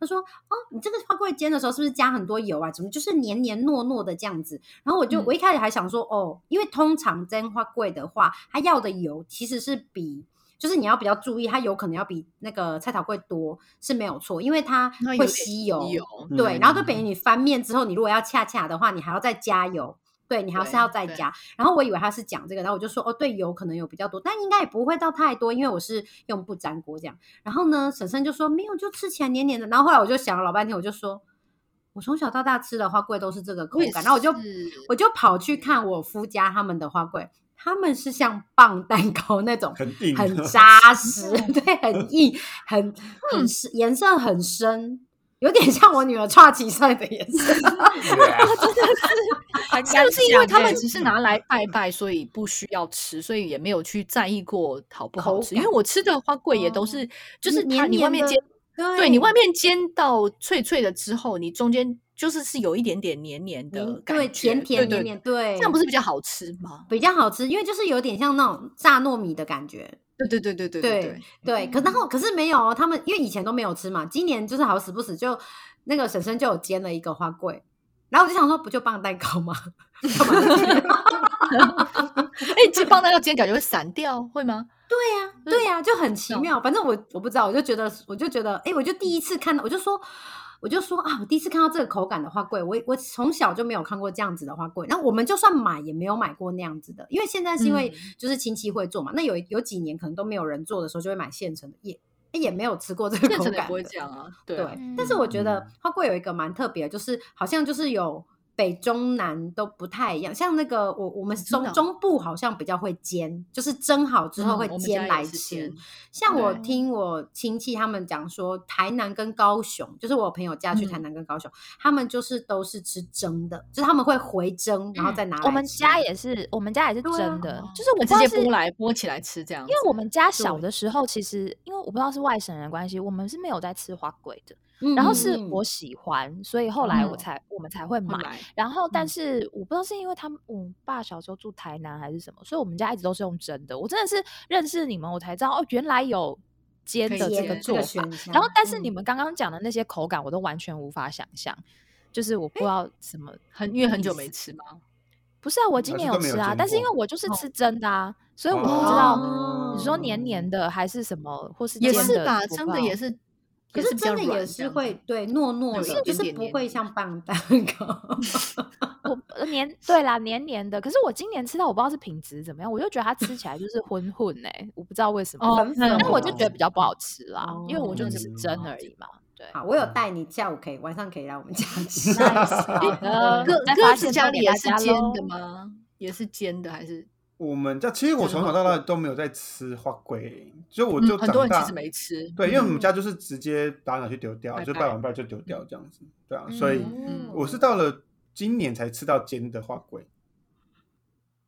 Speaker 1: 她说：“哦，你这个花柜煎的时候是不是加很多油啊？怎么就是黏黏糯糯的这样子？”然后我就、
Speaker 3: 嗯
Speaker 1: 我一开始还想说：“哦，因为通常煎花柜的话，它要的油其实是比就是你要比较注意，它有可能要比那个菜头粿多是没有错，因为它
Speaker 3: 那有
Speaker 1: 会
Speaker 3: 点
Speaker 1: 吸油。
Speaker 3: 有
Speaker 1: 对，然后就
Speaker 4: 嗯
Speaker 1: 等于你翻面之后，你如果要恰恰的话，你还要再加油。对你还是
Speaker 3: 对
Speaker 1: 要再
Speaker 3: 对
Speaker 1: 加，然后我以为他是讲这个，然后我就说哦，对，油可能有比较多，但应该也不会到太多，因为我是用不粘锅这样。然后呢，婶婶就说没有，就吃起来黏黏的。然后后来我就想了老半天，我就说我从小到大吃的花桂都是这个口
Speaker 3: 也
Speaker 1: 感，然后我就是我就跑去看我夫家他们的花桂，他们是像棒蛋糕那种
Speaker 4: 很硬，
Speaker 1: 很扎实， 对，很硬，很
Speaker 3: 嗯
Speaker 1: 很深，颜色很深，有点像我女儿串起色的颜色。
Speaker 4: 啊
Speaker 3: 是不是因为他们
Speaker 2: 对
Speaker 3: 只是拿来拜拜，所以不需要吃，所以也没有去在意过好不好
Speaker 1: 口
Speaker 3: 吃？因为
Speaker 1: 感哦
Speaker 3: 我吃的花桂也都是，就是
Speaker 1: 黏
Speaker 3: 它你外
Speaker 1: 黏
Speaker 3: 面
Speaker 1: 的
Speaker 3: 煎
Speaker 1: 对
Speaker 3: 对你外面煎到脆脆的之后，你中间就是是有一点点黏黏的
Speaker 1: 黏
Speaker 3: 感
Speaker 1: 嗯对
Speaker 3: 觉
Speaker 1: 甜甜
Speaker 3: 对
Speaker 1: 黏
Speaker 3: 对
Speaker 1: 黏，对，
Speaker 3: 这样不是比较好吃吗？
Speaker 1: 比较好吃，因为就是有点像那种炸糯米的感觉。
Speaker 3: 对对对对对
Speaker 1: 对
Speaker 3: 对嗯
Speaker 1: 对，可然后可是没有哦，他们因为以前都没有吃嘛，今年就是好死不死就那个婶婶就有煎了一个花桂，然后我就想说不就棒蛋糕吗？ 干嘛要煎
Speaker 3: 哎、煎棒蛋糕煎感觉会散掉，会吗？
Speaker 1: 对呀、
Speaker 3: 嗯
Speaker 1: 对呀、就很奇
Speaker 3: 懂
Speaker 1: 妙。反正我我不知道，我就觉得我就觉得，哎、我就第一次看到，我就说。我就说啊，我第一次看到这个口感的花桂，我我从小就没有看过这样子的花桂。那我们就算买也没有买过那样子的，因为现在是因为
Speaker 3: 嗯
Speaker 1: 就是亲戚会做嘛。那有有几年可能都没有人做的时候，就会买现成的，也也没有吃过这个
Speaker 3: 变
Speaker 1: 口
Speaker 3: 成也
Speaker 1: 感。
Speaker 3: 不会这样啊，对
Speaker 1: 对
Speaker 3: 啊，
Speaker 1: 但是我觉得
Speaker 4: 嗯
Speaker 1: 花桂有一个蛮特别的，就是好像就是有北中南都不太一样，像那个我我们
Speaker 3: 真的
Speaker 1: 中
Speaker 3: 哦
Speaker 1: 中部好像比较会煎，就是蒸好之后
Speaker 3: 嗯
Speaker 1: 会
Speaker 3: 我们家
Speaker 1: 煎
Speaker 3: 也
Speaker 1: 来
Speaker 3: 是
Speaker 1: 吃。
Speaker 3: 煎
Speaker 1: 像我
Speaker 3: 对
Speaker 1: 听我亲戚他们讲说，台南跟高雄，就是我朋友嫁去台
Speaker 3: 嗯
Speaker 1: 南跟高雄，他们就是都是吃蒸的，就是他们会回蒸，然后再拿来吃。
Speaker 2: 嗯我们家也是，我们家也是
Speaker 1: 对啊
Speaker 2: 真的，就是我不知
Speaker 3: 直
Speaker 2: 道
Speaker 3: 接
Speaker 2: 是
Speaker 3: 剥来剥起来吃这样子，
Speaker 2: 因为我们家小
Speaker 1: 对
Speaker 2: 的时候，其实因为我不知道是外省人的关系，我们是没有在吃花桂的。
Speaker 1: 嗯，
Speaker 2: 然后是
Speaker 1: 嗯
Speaker 2: 我喜欢，所以后来我
Speaker 3: 嗯
Speaker 2: 才我们才会
Speaker 3: 会
Speaker 2: 买。
Speaker 3: 买
Speaker 2: 然后，但
Speaker 3: 嗯
Speaker 2: 是我不知道是因为他们我爸小时候住台南还是什么，所以我们家一直都是用蒸的。我真的是认识你们，我才知道哦，原来有煎
Speaker 3: 可以
Speaker 2: 的这
Speaker 1: 煎
Speaker 2: 个
Speaker 1: 的
Speaker 3: 煎
Speaker 2: 做法。
Speaker 1: 选项。
Speaker 2: 然后，但是你
Speaker 1: 嗯
Speaker 2: 们刚刚讲的那些口感，我都完全无法想象，就是我不知道什么。
Speaker 3: 很因为很久没吃嘛，
Speaker 2: 不是啊，我今
Speaker 4: 还是
Speaker 2: 年
Speaker 4: 都
Speaker 2: 有
Speaker 4: 没有
Speaker 2: 吃啊，
Speaker 4: 煎
Speaker 2: 但是因为
Speaker 4: 过
Speaker 2: 我就是
Speaker 3: 哦
Speaker 2: 吃蒸的啊， 所以我不知道
Speaker 1: 哦
Speaker 2: 你说黏黏的还是什么，或是
Speaker 3: 也
Speaker 2: 煎
Speaker 3: 是
Speaker 2: 的
Speaker 3: 吧，
Speaker 2: 我不
Speaker 3: 真
Speaker 2: 知
Speaker 3: 的
Speaker 2: 道
Speaker 3: 也是，
Speaker 1: 可
Speaker 3: 也
Speaker 1: 是
Speaker 3: 比
Speaker 1: 真
Speaker 3: 较
Speaker 1: 的也
Speaker 3: 软这
Speaker 1: 是
Speaker 3: 样子
Speaker 1: 会对糯糯
Speaker 3: 有
Speaker 1: 的，
Speaker 3: 一
Speaker 1: 就
Speaker 3: 点
Speaker 1: 是
Speaker 3: 点
Speaker 1: 不
Speaker 3: 黏
Speaker 1: 会
Speaker 3: 黏
Speaker 1: 像棒蛋 糕。
Speaker 2: 我呃黏 对啦，黏黏的。可是我今年吃到，我不知道是品质怎么样，我就觉得它吃起来就是混混哎、我不知道为什么。
Speaker 3: 哦
Speaker 1: 粉，
Speaker 3: 那
Speaker 1: 粉
Speaker 2: 但
Speaker 1: 的
Speaker 2: 我就
Speaker 1: 哦
Speaker 2: 觉得比较不好吃啦，因为我就
Speaker 4: 哦
Speaker 2: 只是蒸而已嘛。对，
Speaker 1: 好，我有带你，下午可以，晚上可以来我们家吃。
Speaker 2: 好的
Speaker 3: 呃 鸽
Speaker 2: 再
Speaker 3: 鸽
Speaker 2: 发
Speaker 3: 子
Speaker 2: 现
Speaker 3: 家
Speaker 2: 都
Speaker 3: 里
Speaker 2: 给
Speaker 3: 也
Speaker 2: 大
Speaker 3: 是
Speaker 2: 家
Speaker 3: 煎
Speaker 2: 咯
Speaker 3: 的吗？也是煎的还是？
Speaker 4: 我们家其实我从小到大都没有在吃花龟，就我就
Speaker 3: 嗯很多人
Speaker 4: 长大
Speaker 3: 其实没吃，
Speaker 4: 对，因为我们
Speaker 3: 嗯
Speaker 4: 家就是直接打哪去丢掉，
Speaker 3: 拜
Speaker 4: 就
Speaker 3: 拜
Speaker 4: 拜完拜就丢掉这样子，对啊，所以
Speaker 3: 嗯
Speaker 4: 我是到了今年才吃到煎的花龟，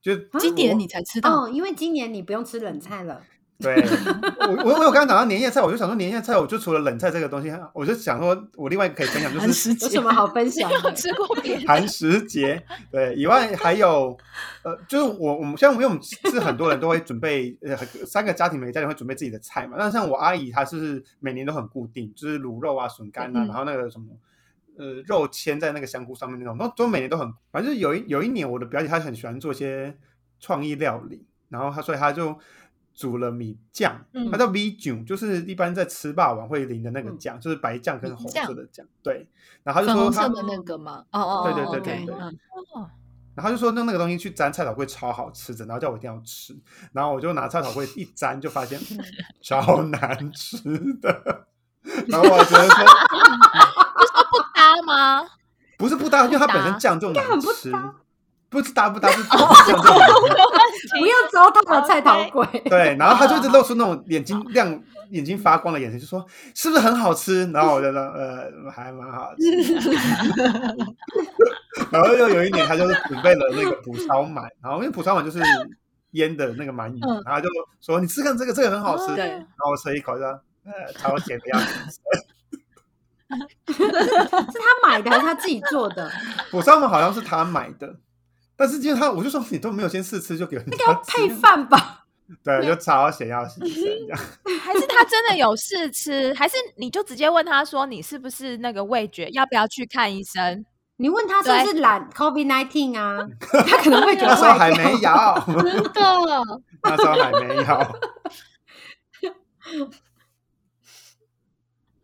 Speaker 4: 就
Speaker 3: 今年
Speaker 4: 我
Speaker 3: 你才吃到
Speaker 1: 哦，因为今年你不用吃冷菜了。
Speaker 4: 对我我我有刚刚讲到年夜菜，我就想说年夜菜，我就除了冷菜这个东西，我就想说我另外一个可以分享就
Speaker 3: 寒
Speaker 4: 是
Speaker 3: 食
Speaker 1: 有
Speaker 3: 节
Speaker 1: 什么 好分享 的？
Speaker 2: 吃过别的
Speaker 4: 寒食节，对，以外还有，呃，就是我我们像因为我们是很多人都会准备，呃，三个家庭每个家庭会准备自己的菜嘛。那像我阿姨她是每年都很固定，就是卤肉啊、笋干啊，
Speaker 3: 嗯
Speaker 4: 然后那个什么，呃，肉签在那个香菇上面那种，都都每年都很。反正有一有一年我的表姐她很喜欢做一些创意料理，然后她所以她就。煮了米酱，
Speaker 3: 嗯
Speaker 4: 它叫米酱，就是一般在吃霸王会淋的那个
Speaker 1: 嗯
Speaker 4: 酱，就是白酱跟
Speaker 3: 米
Speaker 4: 红
Speaker 3: 酱
Speaker 4: 色的酱。对，然后她就
Speaker 3: 粉
Speaker 4: 说
Speaker 3: 红
Speaker 4: 她
Speaker 3: 色的那个吗？哦哦，
Speaker 4: 对对
Speaker 3: 哦
Speaker 4: 对
Speaker 3: OK，
Speaker 4: 对对
Speaker 3: 嗯
Speaker 2: 哦，
Speaker 4: 然后他就说用那个东西去沾菜头粿超好吃的，然后叫我一定要吃，然后我就拿菜头粿一沾就 发现超难吃的，然后我觉得说
Speaker 2: 不搭 吗？
Speaker 4: 不是不搭，因为它本身
Speaker 2: 搭
Speaker 4: 酱就难
Speaker 1: 很不
Speaker 4: 吃
Speaker 1: 搭，哦
Speaker 4: 不是搭不搭是酱就难吃，
Speaker 1: 不要糟蹋了菜头鬼。
Speaker 4: 对，然后他就一直露出那种眼睛亮、眼睛发光的眼神，就说是不是很好吃？然后我就说呃，还蛮好吃的。 然后又有一年，他就是准备了那个蒲烧鳗，然后因为蒲烧鳗就是腌的那个鳗鱼，
Speaker 3: 嗯
Speaker 4: 然后他就说你吃看这个，这个很好吃。
Speaker 2: 哦
Speaker 4: 然
Speaker 3: 对，
Speaker 4: 后我吃一口就说呃超咸的样子。
Speaker 1: 是他买的还是他自己做的？
Speaker 4: 蒲烧鳗好像是他买的，但是因为他我就说你都没有先试吃就给人
Speaker 1: 应该要
Speaker 4: 家
Speaker 1: 配
Speaker 4: 吃，
Speaker 1: 饭吧？
Speaker 4: 对，就超咸要死这样。
Speaker 2: 还是他真的有试吃？还是你就直接问他说你是不是那个味觉，要不要去看医生？
Speaker 1: 你问他是不是懒 COVID nineteen 啊？他可能会觉得
Speaker 4: 那时候还
Speaker 1: 坏掉
Speaker 4: 没有。
Speaker 3: 真的，
Speaker 4: 那时候还没有。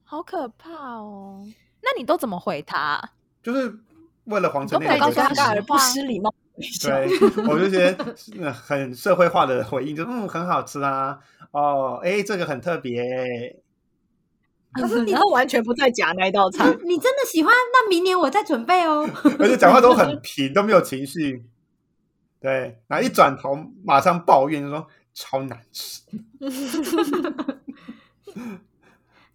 Speaker 2: 好可怕哦！那你都怎么回他？
Speaker 4: 就是为了皇城
Speaker 2: 你
Speaker 4: 那
Speaker 2: 都没有告
Speaker 4: 个
Speaker 2: 诉他
Speaker 4: 事
Speaker 2: 大
Speaker 4: 情
Speaker 2: 人
Speaker 3: 而不失礼貌。对，
Speaker 4: 对，我就觉得呃很社会化的回应，就嗯很好吃啊，哦，哎这个很特别欸，
Speaker 3: 然后完全不在夹那一道 菜，
Speaker 1: 你真的喜欢？那明年我再准备哦。
Speaker 4: 而且讲话都很平，都没有情绪。对，然后一转头马上抱怨，就说超难吃。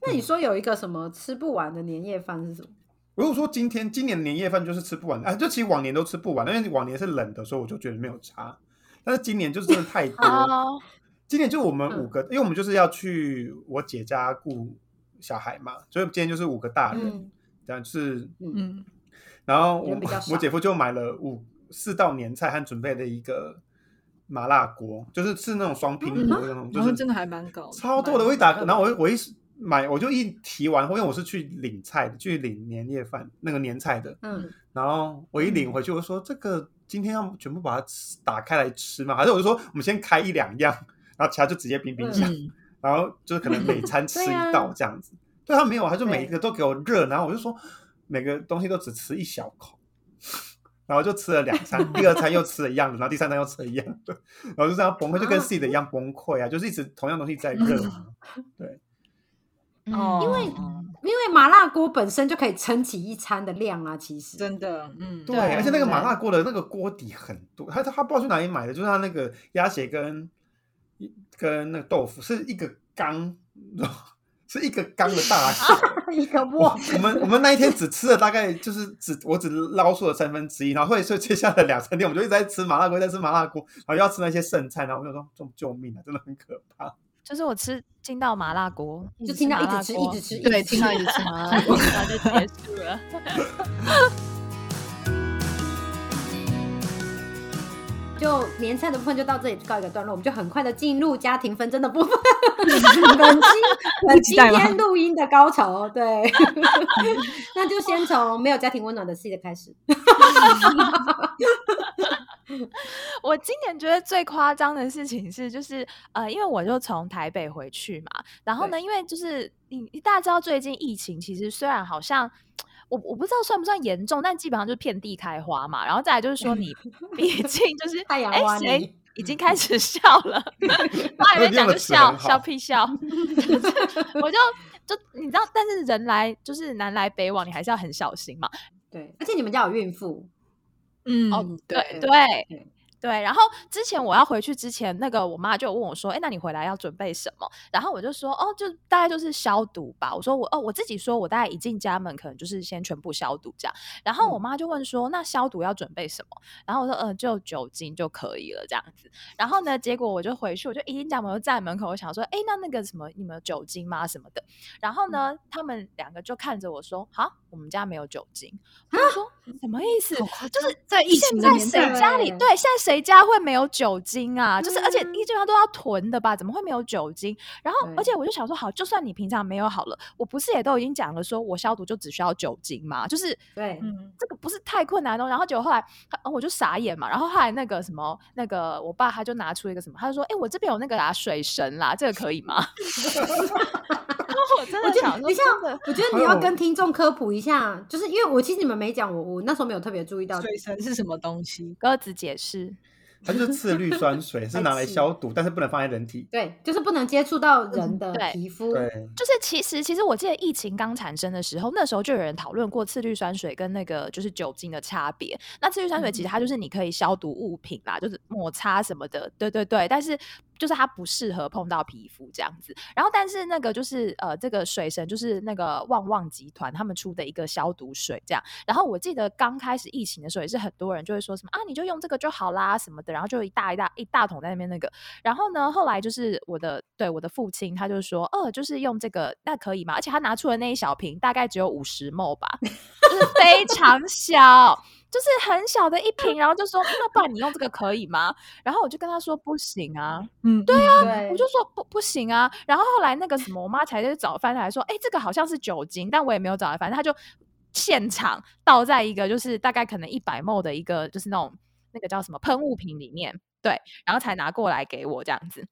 Speaker 1: 那你说有一个什么吃不完的年夜饭是什么？
Speaker 4: 如果说今天今年年夜饭就是吃不完啊，就其实往年都吃不完，因为往年是冷的，所以我就觉得没有差。但是今年就是真的太多，
Speaker 2: 哦，
Speaker 4: 今年就我们
Speaker 1: 嗯
Speaker 4: 五个，因为我们就是要去我姐家顾小孩嘛，所以今天就是五个大人，
Speaker 1: 嗯
Speaker 4: 这样是，
Speaker 3: 嗯，
Speaker 4: 然后 我
Speaker 1: 人比较少
Speaker 4: 我姐夫就买了五四道年菜和准备了一个麻辣锅，就是是那种双拼
Speaker 1: 嗯
Speaker 4: 锅那种，就
Speaker 3: 然后
Speaker 4: 是
Speaker 3: 真的还蛮高，
Speaker 4: 超多的，我一打，然后我我一买我就一提完，因为我是去领菜的，去领年夜饭那个年菜的，
Speaker 1: 嗯，
Speaker 4: 然后我一领回去，我就说这个今天要全部把它吃打开来吃嘛，还是我就说我们先开一两样，然后其他就直接冰冰箱，
Speaker 3: 嗯，
Speaker 4: 然后就是可能每餐吃
Speaker 1: 对啊
Speaker 4: 一道这样子。对他没有，他就
Speaker 1: 对
Speaker 4: 每一个都给我热，然后我就说每个东西都只吃一小口， 然后就吃了两餐，第二餐又吃了一样的，然后第三餐又吃了一样的， 然后就这样崩溃，就跟
Speaker 1: 啊
Speaker 4: 自己的一样崩溃啊，就是一直同样东西在热啊。
Speaker 1: 嗯
Speaker 2: 嗯
Speaker 3: 哦，
Speaker 1: 因为因为麻辣锅本身就可以撑起一餐的量啊，其实
Speaker 3: 真的，嗯，
Speaker 4: 对，
Speaker 1: 啊
Speaker 2: 对
Speaker 4: 而且那个
Speaker 3: 对
Speaker 4: 麻辣锅的那个锅底很多，他他不知道去哪里买的，就是他那个鸭血跟跟那个豆腐是一个缸， 是一个缸的大小。
Speaker 1: 一个
Speaker 4: 哇
Speaker 1: 锅，
Speaker 4: 我们我们那一天只吃了大概就是只我只捞出了三分之一，然后所以所以接下来两三天我们就一直在吃麻辣锅，在吃麻辣锅，然后又要吃那些剩菜，然后我就说救救命啊，真的很可怕。
Speaker 2: 就是我吃听到麻辣锅，
Speaker 1: 就听到一直吃一直
Speaker 2: 吃
Speaker 1: 吃，
Speaker 3: 对，
Speaker 1: 一直
Speaker 3: 听到一直 吃麻辣
Speaker 2: 麻辣锅，然后就结束了。
Speaker 1: 就年菜的部分就到这里告一个段落，我们就很快的进入家庭纷争的部分，本期本
Speaker 3: 期
Speaker 1: 今
Speaker 3: 待吗
Speaker 1: 天录音的高潮，对， 那就先从没有家庭温暖的 C 的开始，
Speaker 2: 我今年觉得最夸张的事情是，就是呃，因为我就从台北回去嘛，然后呢，因为就是你你大家知道最近疫情，其实虽然好像。我我不知道算不算严重，但基本上就是遍地开花嘛。然后再来就是说你，毕竟就是
Speaker 1: 太阳
Speaker 2: 哎
Speaker 1: 花
Speaker 2: 谁
Speaker 1: 呢
Speaker 2: 已经开始笑了，话还没讲就笑笑屁笑， 我就就你知道，但是人来就是南来北往，你还是要很小心嘛。
Speaker 1: 对，而且你们家有孕妇，
Speaker 3: 嗯，
Speaker 2: 哦对
Speaker 3: 对，
Speaker 2: 对
Speaker 1: 对
Speaker 2: 对，然后之前我要回去之前，那个我妈就有问我说：“哎，那你回来要准备什么？”然后我就说：“哦，就大概就是消毒吧。”我说我：“哦，我自己说我大概一进家门，可能就是先全部消毒这样。”然后我妈就问说：“那消毒要准备什么？”然后我说：“呃，就酒精就可以了这样子。”然后呢，结果我就回去，我就一进家门，我就站在门口，我想说：“哎，那那个什么，你们有酒精吗？什么的？”然后呢，他们两个就看着我说：“啊，我们家没有酒精。”我就说：“什么意思？”就是
Speaker 3: 在疫
Speaker 2: 现
Speaker 3: 情的
Speaker 2: 在
Speaker 3: 年
Speaker 2: 谁
Speaker 3: 代，
Speaker 2: 家里
Speaker 1: 欸
Speaker 2: 对？现在谁家会没有酒精啊？就是而且
Speaker 1: 嗯
Speaker 2: 一基本上都要囤的吧？怎么会没有酒精？然后
Speaker 1: 对
Speaker 2: 而且我就想说，好，就算你平常没有好了，我不是也都已经讲了，说我消毒就只需要酒精嘛？就是
Speaker 1: 对，
Speaker 3: 嗯，
Speaker 2: 这个不是太困难哦。然后结果后来、呃我就傻眼嘛。然后后来那个什么，那个我爸他就拿出一个什么，他就说：“哎、我这边有那个啦，水神啦，这个可以吗？” 然后我真
Speaker 1: 我
Speaker 2: 的
Speaker 1: 觉得，
Speaker 2: 想说，
Speaker 1: 等一下
Speaker 2: 真的，
Speaker 1: 我觉得你要跟听众科普一下，就是因为我其实你们没讲，我我那时候没有特别注意到，
Speaker 3: 水神是什么东西？
Speaker 2: 鸽子解释。
Speaker 4: 它就是次氯酸 水，是拿来消毒，但是不能放在人体。
Speaker 1: 对，就是不能接触到人的
Speaker 2: 对
Speaker 1: 皮肤，
Speaker 4: 对，
Speaker 2: 就是其实其实我记得疫情刚产生的时候，那时候就有人讨论过次氯酸水跟那个就是酒精的差别。那次氯酸水其实它就是你可以消毒物品啦，就是摩擦什么的，对对对。但是就是它不适合碰到皮肤这样子。然后但是那个就是呃，这个水神就是那个旺旺集团他们出的一个消毒水这样。然后我记得刚开始疫情的时候，也是很多人就会说什么啊，你就用这个就好啦什么的，然后就一大一大一大桶在那边那个。然后呢，后来就是我的对我的父亲，他就说，哦，就是用这个，那可以吗？而且他拿出了那一小瓶，大概只有五十 ml 吧，就是非常小，就是很小的一瓶，然后就说，那不然你用这个可以吗？然后我就跟他说不行啊，
Speaker 3: 嗯，对啊，
Speaker 1: 对
Speaker 2: 我就说不不行啊。然后后来那个什么，我妈才就找翻来说，哎、这个好像是酒精，但我也没有找来，反正她就现场倒在一个就是大概可能一百 ml 的一个就是那种那个叫什么喷雾瓶里面，对，然后才拿过来给我这样子。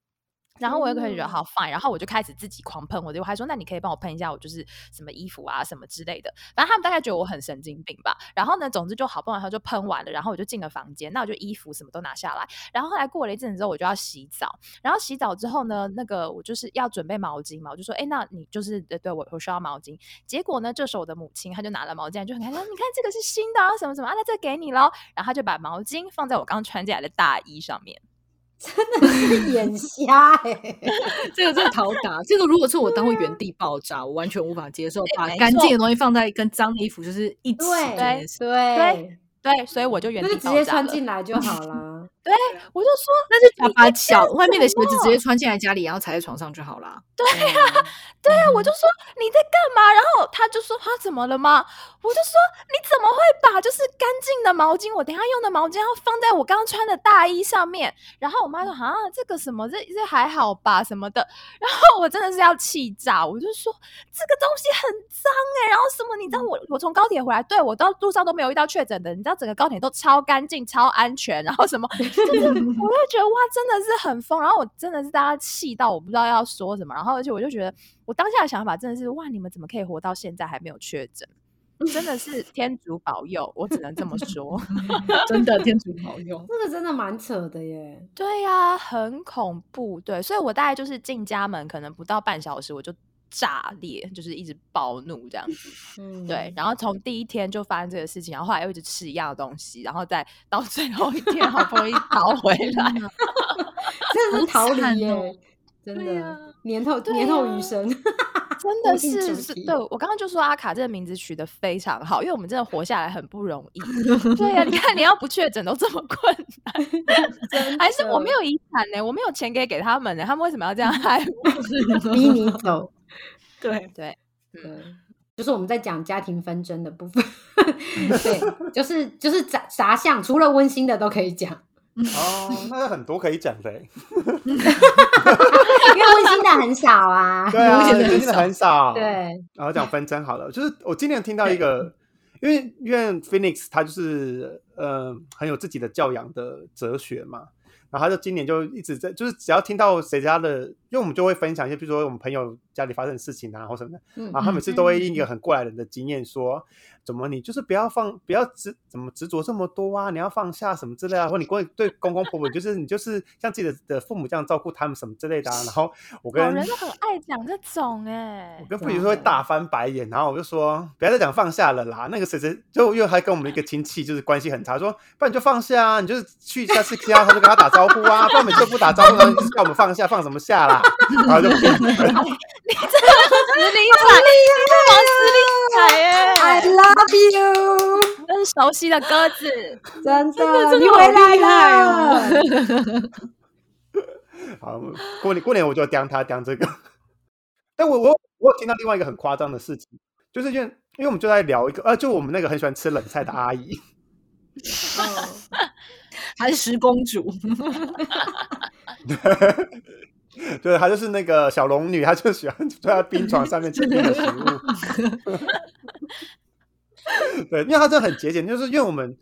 Speaker 2: 然后我也可以觉得
Speaker 1: 天
Speaker 2: 好 fine，然后我就开始自己狂喷，我就还说那你可以帮我喷一下我就是什么衣服啊什么之类的，反正他们大概觉得我很神经病吧。然后呢，总之就好不容易他就喷完了，然后我就进了房间，那我就衣服什么都拿下来。然后后来过了一阵子之后，我就要洗澡，然后洗澡之后呢，那个我就是要准备毛巾嘛，我就说，哎，那你就是对对我我需要毛巾。结果呢，这时候我的母亲她就拿了毛巾来，就很开心，说你看这个是新的啊，什么什么啊，那这给你喽。然后她就把毛巾放在我刚穿起来的大衣上面。
Speaker 1: 真的是眼瞎哎、
Speaker 3: 这个真的讨打。这个如果是我当会原地爆炸，我完全无法接受，把
Speaker 2: 没
Speaker 3: 干净
Speaker 2: 错
Speaker 3: 的东西放在跟脏的衣服就是一起
Speaker 1: 对
Speaker 3: 这件事。
Speaker 1: 对，
Speaker 2: 对，所以我就原
Speaker 1: 那
Speaker 2: 地
Speaker 1: 就直
Speaker 2: 爆
Speaker 1: 接
Speaker 2: 炸
Speaker 1: 穿
Speaker 2: 了。
Speaker 1: 进来就好啦。
Speaker 2: 对，我就说
Speaker 3: 那就把
Speaker 2: 你
Speaker 3: 把
Speaker 2: 在
Speaker 3: 小
Speaker 2: 干
Speaker 3: 外面的鞋
Speaker 2: 什么
Speaker 3: 子直接穿进来家里，然后踩在床上就好啦。
Speaker 4: 对呀、
Speaker 2: 对啊，我就说你在干嘛？然后他就说他怎么了吗？我就说你怎么会把就是干净的毛巾，我等一下用的毛巾要放在我刚刚穿的大衣上面？然后我妈说啊，这个什么这这还好吧什么的。然后我真的是要气炸，我就说这个东西很脏哎、然后什么你知道我我从高铁回来，对我到路上都没有遇到确诊的，你知道整个高铁都超干净、超安全，然后什么就是我就觉得哇，真的是很疯。然后我真的是大家气到我不知道要说什么。然后而且我就觉得我当下的想法真的是哇，你们怎么可以活到现在还没有确诊？真的是天主保佑，我只能这么说。
Speaker 3: 嗯真的天主保佑。
Speaker 1: 这个真的蛮扯的耶。
Speaker 2: 对呀、很恐怖。对，所以我大概就是进家门可能不到半小时，我就炸裂，就是一直暴怒这样子。
Speaker 1: 嗯，
Speaker 2: 对，，然后从第一天就发生这个事情，然后后来又一直吃一样的东西，然后再到最后一天好不容易逃回来。
Speaker 1: 真的是逃
Speaker 3: 好
Speaker 1: 离
Speaker 3: 惨
Speaker 1: 耶，
Speaker 3: 哦
Speaker 1: 真
Speaker 2: 对
Speaker 1: 的、
Speaker 2: 啊
Speaker 1: 年头
Speaker 2: 对
Speaker 1: 年头
Speaker 2: 啊
Speaker 1: 余生。
Speaker 2: 真
Speaker 1: 呼
Speaker 2: 的
Speaker 1: 应主
Speaker 2: 是是，
Speaker 1: 题
Speaker 2: 对我刚刚就说阿卡这个名字取得非常好，因为我们真的活下来很不容易。对呀、你看连要不确诊都这么困难，还是我
Speaker 1: 嗯
Speaker 2: 没有遗产呢、我没有钱给给他们呢、他们为什么要这样害我？
Speaker 1: 逼 你走。
Speaker 3: 对，
Speaker 2: 嗯
Speaker 1: 对，就是我们在讲家庭纷争的部分， 对，就是就是杂杂项，除了温馨的都可以讲，
Speaker 4: 哦，那有很多可以讲的欸。
Speaker 1: 因为温馨的很少 啊。
Speaker 4: 对啊，
Speaker 3: 我也觉得
Speaker 4: 真的很少。，
Speaker 1: 对，
Speaker 4: 然后讲纷争好了，就是我今年听到一个，因为因为 Phoenix 他就是呃很有自己的教养的哲学嘛，然后他就今年就一直在，就是只要听到谁家的，因为我们就会分享一些，比如说我们朋友家里发生的事情啊，或什么的，
Speaker 1: 嗯
Speaker 4: 然后他每次都会一个很过来人的经验说，怎么你就是不要放，不要执怎么执着这么多啊，你要放下什么之类啊，或你过对公公婆婆，就是你就是像自己的的父母这样照顾他们什么之类的啊，然后我
Speaker 2: 老
Speaker 4: 跟
Speaker 2: 人都很爱讲这种哎、
Speaker 4: 我跟傅宇说会大翻白眼，然后我就说不要再讲放下了啦。那个谁谁就因为还跟我们一个亲戚就是关系很差，说不然你就放下啊，你就是去下次 K 他就跟他打招呼啊，不然每次都不打招呼，然后你就是叫我们放下，放什么下啦？然后就不
Speaker 2: 你真的是死理仔，你是往死理仔耶、
Speaker 1: I love
Speaker 2: 真是熟悉的鸽子。
Speaker 1: you，真
Speaker 2: 的
Speaker 1: 的，
Speaker 2: 真
Speaker 1: 你
Speaker 2: 的好
Speaker 1: 回来
Speaker 2: 厉害
Speaker 1: 了
Speaker 2: 哦。
Speaker 4: 好过年过年我就刁他刁这个。但我我我有听到另外一个很夸张的事情，就是因为因为我们就在聊一个呃，就我们那个很喜欢吃冷菜的阿姨，
Speaker 1: 嗯
Speaker 3: 还是十公主，
Speaker 4: 对，她就是那个小龙女，她就喜欢坐在冰床上面吃冰的食物。对，因为她真的很节俭，就是因为我们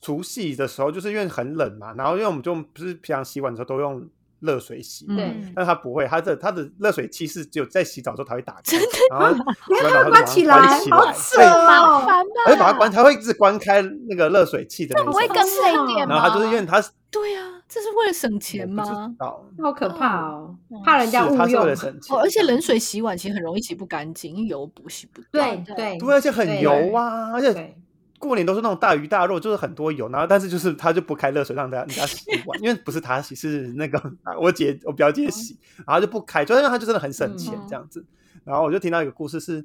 Speaker 4: 除夕的时候，就是因为很冷嘛，然后因为我们就不是平常洗碗的时候都用热水洗嘛，
Speaker 1: 对
Speaker 2: 嗯
Speaker 4: 但她不会，她的她的热水器是只有在洗澡之后才会打开，
Speaker 3: 真的
Speaker 4: 然后洗完澡
Speaker 1: 把它
Speaker 4: 她就
Speaker 1: 关
Speaker 4: 把
Speaker 1: 起
Speaker 4: 它
Speaker 1: 来，
Speaker 4: 关起来，
Speaker 1: 好扯
Speaker 4: 所以
Speaker 2: 麻
Speaker 1: 哦！
Speaker 2: 烦吧？
Speaker 4: 他会把它关，他会一直关开那个热水器的那
Speaker 2: 不
Speaker 4: 种。
Speaker 2: 会
Speaker 1: 好
Speaker 2: 更累
Speaker 1: 爽
Speaker 2: 一
Speaker 3: 啊
Speaker 2: 点吗？
Speaker 4: 然后他就是因为他是
Speaker 3: 对啊，这是为了省钱
Speaker 4: 我不
Speaker 3: 吗
Speaker 4: 知？道
Speaker 1: 好可怕哦
Speaker 2: 嗯，
Speaker 1: 怕人家
Speaker 4: 是
Speaker 1: 误
Speaker 4: 他是为
Speaker 1: 用
Speaker 4: 了。省钱
Speaker 3: 哦，，而且冷水洗碗其实很容易洗不干净，因为油补洗不掉。
Speaker 1: 对对
Speaker 4: 对，而且很油啊，而且
Speaker 1: 对，
Speaker 4: 过年都是那种大鱼大肉，就是很多油。然后但是就是他就不开热水让大家人家洗碗，因为不是他洗，是那个 我姐我表姐洗，然后就不开，就因为他就真的很省钱
Speaker 3: 嗯
Speaker 4: 这样子。然后我就听到一个故事是，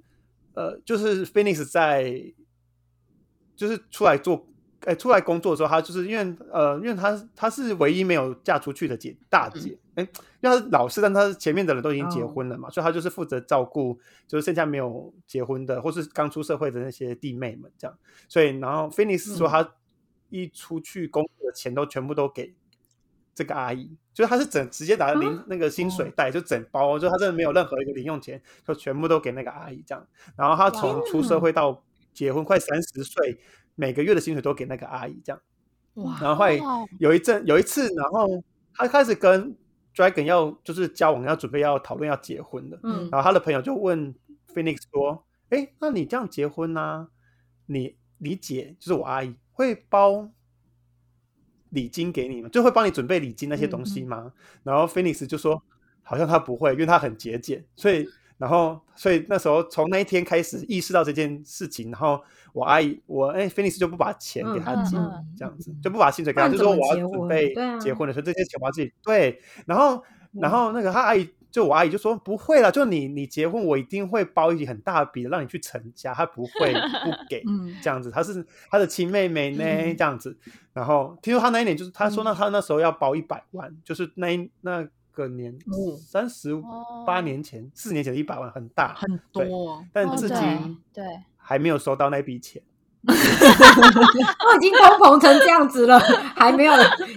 Speaker 4: 呃，就是 Phoenix 在呃就是出来做。哎，出来工作的时候，她就是因为呃，因为她她是唯一没有嫁出去的姐大姐，哎、因为她是老师，但她前面的人都已经结
Speaker 1: 哦
Speaker 4: 婚了嘛，所以她就是负责照顾，就是剩下没有结婚的或是刚出社会的那些弟妹们这样。所以，然后 Phoenix 说，她一出去工作的钱都全部都给这个阿姨，就是她是整直接拿零、那个薪水袋，就整包，就她真的没有任何一个零用钱，就全部都给那个阿姨这样。然后她从出社会到结婚快三十岁，每个月的薪水都给那个阿姨这样。
Speaker 3: 哇，
Speaker 4: 然后后来
Speaker 2: 哦
Speaker 4: 有一阵有一次，然后她开始跟 Dragon 要就是交往，要准备要讨论要结婚的。
Speaker 1: 嗯，
Speaker 4: 然后他的朋友就问 Phoenix 说：“哎，那你这样结婚啊，你你姐就是我阿姨会包礼金给你吗？就会帮你准备礼金那些东西
Speaker 2: 嗯
Speaker 4: 吗？”然后 Phoenix 就说：“好像她不会，因为她很节俭。”所以，然后所以那时候从那一天开始意识到这件事情，然后我阿姨我哎 Phoenix 就不把钱给她
Speaker 2: 嗯
Speaker 4: 姐。
Speaker 2: 嗯
Speaker 4: 这样子，就不把薪水给他，
Speaker 1: 不然
Speaker 4: 就说
Speaker 1: 怎么
Speaker 4: 我
Speaker 1: 结
Speaker 4: 要准
Speaker 1: 婚
Speaker 4: 备
Speaker 1: 对啊
Speaker 4: 结婚的时候，这些钱我要自己对。然后，然后那个他阿姨就我阿姨就说不会了，就你你结婚，我一定会包一笔很大笔的让你去成家，她不会不给
Speaker 3: 嗯
Speaker 4: 这样子，她是她的亲妹妹呢、
Speaker 3: 嗯
Speaker 4: 这样子。然后听说她那一年就是她说
Speaker 3: 嗯
Speaker 4: 那她那时候要包一百万，就是那一那个年
Speaker 3: 嗯
Speaker 4: 三十
Speaker 2: 哦
Speaker 4: 八年前四年前的一百万很大，
Speaker 3: 很
Speaker 4: 对
Speaker 3: 多哦，
Speaker 4: 但
Speaker 2: 哦
Speaker 4: 自己
Speaker 2: 对对，
Speaker 4: 还没有收到那笔钱。
Speaker 1: 都已经通膨成这样子了，还没有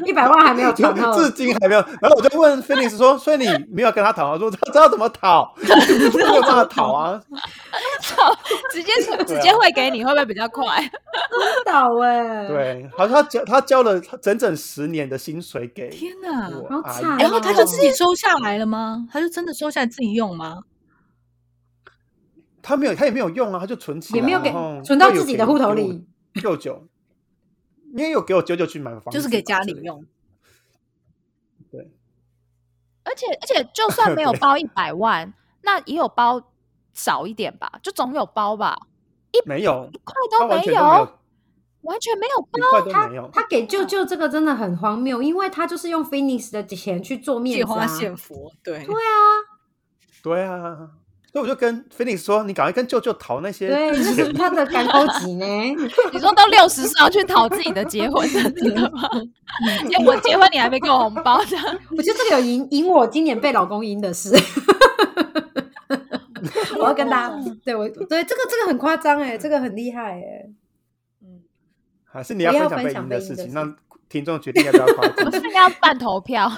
Speaker 1: 一百万还没有哦
Speaker 4: 就
Speaker 1: 传到。
Speaker 4: 至今还没有。然后我就问 Felix 说：“所以你没有跟他讨吗？”说：“他知道怎么讨， 没有办法讨啊。
Speaker 2: 直接直接汇给你，会不会比较快？
Speaker 1: 倒哎、”，
Speaker 4: 对，好像他交他交了整整十年的薪水给
Speaker 3: 天哪！
Speaker 4: 我
Speaker 1: 好
Speaker 4: 阿姨
Speaker 1: 惨
Speaker 3: 然后他就
Speaker 1: 哦
Speaker 3: 自己收下来了吗？他就真的收下来自己用吗？
Speaker 4: 他没有，他也没有用啊，他就存起来，
Speaker 1: 也没有给
Speaker 4: 然后
Speaker 1: 存到
Speaker 4: 又有
Speaker 1: 自己的
Speaker 4: 给
Speaker 1: 户头
Speaker 4: 给我
Speaker 1: 里。
Speaker 4: 舅舅，因为有给我舅舅去买房，
Speaker 3: 就是给家里。用。
Speaker 2: 而且而且，就算没有包一百万，那也有包少一点吧，就总有包吧，
Speaker 4: 没有
Speaker 2: 一，块都
Speaker 4: 他
Speaker 2: 没
Speaker 4: 完全都没有，
Speaker 2: 完全没有包。
Speaker 4: 一
Speaker 1: 哦
Speaker 4: 块都
Speaker 1: 他
Speaker 4: 没有。
Speaker 1: 他给舅舅这个真的很荒谬，因为他就是用 Phoenix 的钱去做面
Speaker 3: 借
Speaker 1: 子
Speaker 3: 花
Speaker 1: 啊。
Speaker 3: 献佛，对
Speaker 1: 对啊，
Speaker 4: 对啊，所以我就跟 Felix 说：“你赶快跟舅舅讨那些
Speaker 1: 对，就
Speaker 4: 钱。
Speaker 1: 是他的干钩级呢。
Speaker 2: 你说到六十岁要去讨自己的结婚的那个吗？结我结婚你还没给我红包这样？
Speaker 1: 我觉得这个有赢赢我今年被老公赢的事。 我要跟大家，对我对这个这个很夸张哎，这个很厉害哎、
Speaker 4: 还是你要
Speaker 1: 我要
Speaker 4: 分
Speaker 1: 分
Speaker 4: 享被
Speaker 1: 享
Speaker 4: 赢
Speaker 1: 被
Speaker 4: 的
Speaker 1: 赢
Speaker 4: 事
Speaker 1: 的
Speaker 4: 情，
Speaker 1: 事
Speaker 4: 让听众决定要不要夸
Speaker 2: 我
Speaker 4: 奖
Speaker 2: 们。是不是要办投票？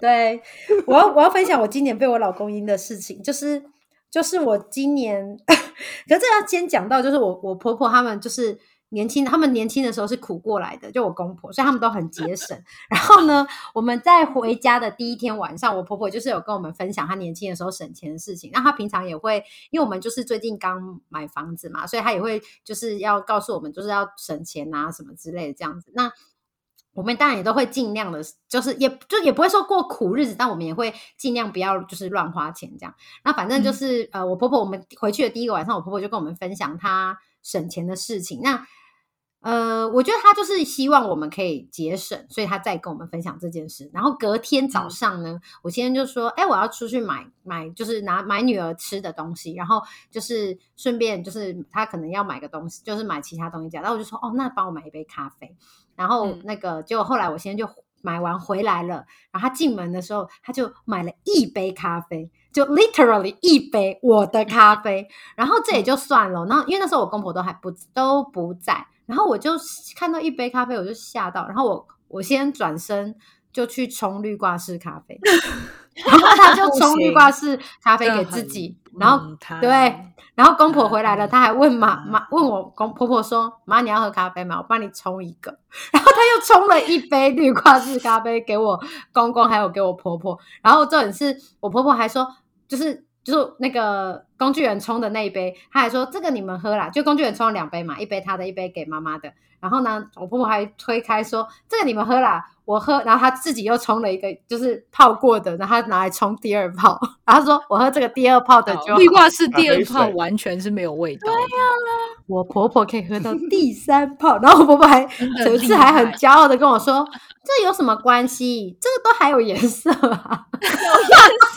Speaker 1: 对，我要我要分享我今年被我老公赢的事情，就是就是我今年， 可是这要先讲到，就是我我婆婆他们就是年轻，他们年轻的时候是苦过来的，就我公婆，所以他们都很节省。然后呢，我们在回家的第一天晚上，我婆婆就是有跟我们分享她年轻的时候省钱的事情。那她平常也会，因为我们就是最近刚买房子嘛，所以她也会就是要告诉我们，就是要省钱啊什么之类的这样子。那我们当然也都会尽量的，就是也就也不会说过苦日子，但我们也会尽量不要就是乱花钱这样。那反正就是、呃，我婆婆我们回去的第一个晚上，我婆婆就跟我们分享她省钱的事情。那呃，我觉得她就是希望我们可以节省，所以她再跟我们分享这件事。然后隔天早上呢，我先生就说：“哎、我要出去买买，就是拿买女儿吃的东西，然后就是顺便就是她可能要买个东西，就是买其他东西这样。”然后我就说：“哦，那帮我买一杯咖啡。”然后
Speaker 2: 嗯
Speaker 1: 那个就后来我先生就买完回来了，然后他进门的时候，他就买了一杯咖啡，就 literally 一杯我的咖啡。然后这也就算了，然后因为那时候我公婆都还不都不在，然后我就看到一杯咖啡我就吓到，然后我我先转身就去冲绿挂式咖啡，然后他就冲绿挂式咖啡给自己，然后
Speaker 3: 嗯他
Speaker 1: 对然后公婆回来了，他还问妈妈问我公婆婆说：“妈，你要喝咖啡吗？我帮你冲一个。” 然后他又冲了一杯绿挂式咖啡给我公公，还有给我婆婆。然后重点是我婆婆还说，就是就是那个工具人冲的那一杯，她还说这个你们喝啦，就工具人冲了两杯嘛，一杯她的，一杯给妈妈的。然后呢，我婆婆还推开说：“这个你们喝啦，我喝。”然后她自己又冲了一个，就是泡过的，然后她拿来冲第二泡。 然后她说：“我喝这个第二泡的就好
Speaker 3: 哦绿挂是第
Speaker 4: 咖啡
Speaker 3: 二泡
Speaker 4: 水
Speaker 3: 完全是没有味道的，
Speaker 1: 我婆婆可以喝到第三泡，然后我婆婆还
Speaker 3: 的
Speaker 1: 有一次还很骄傲的跟我说：“这有什么关系？这个都还有颜色啊！” 有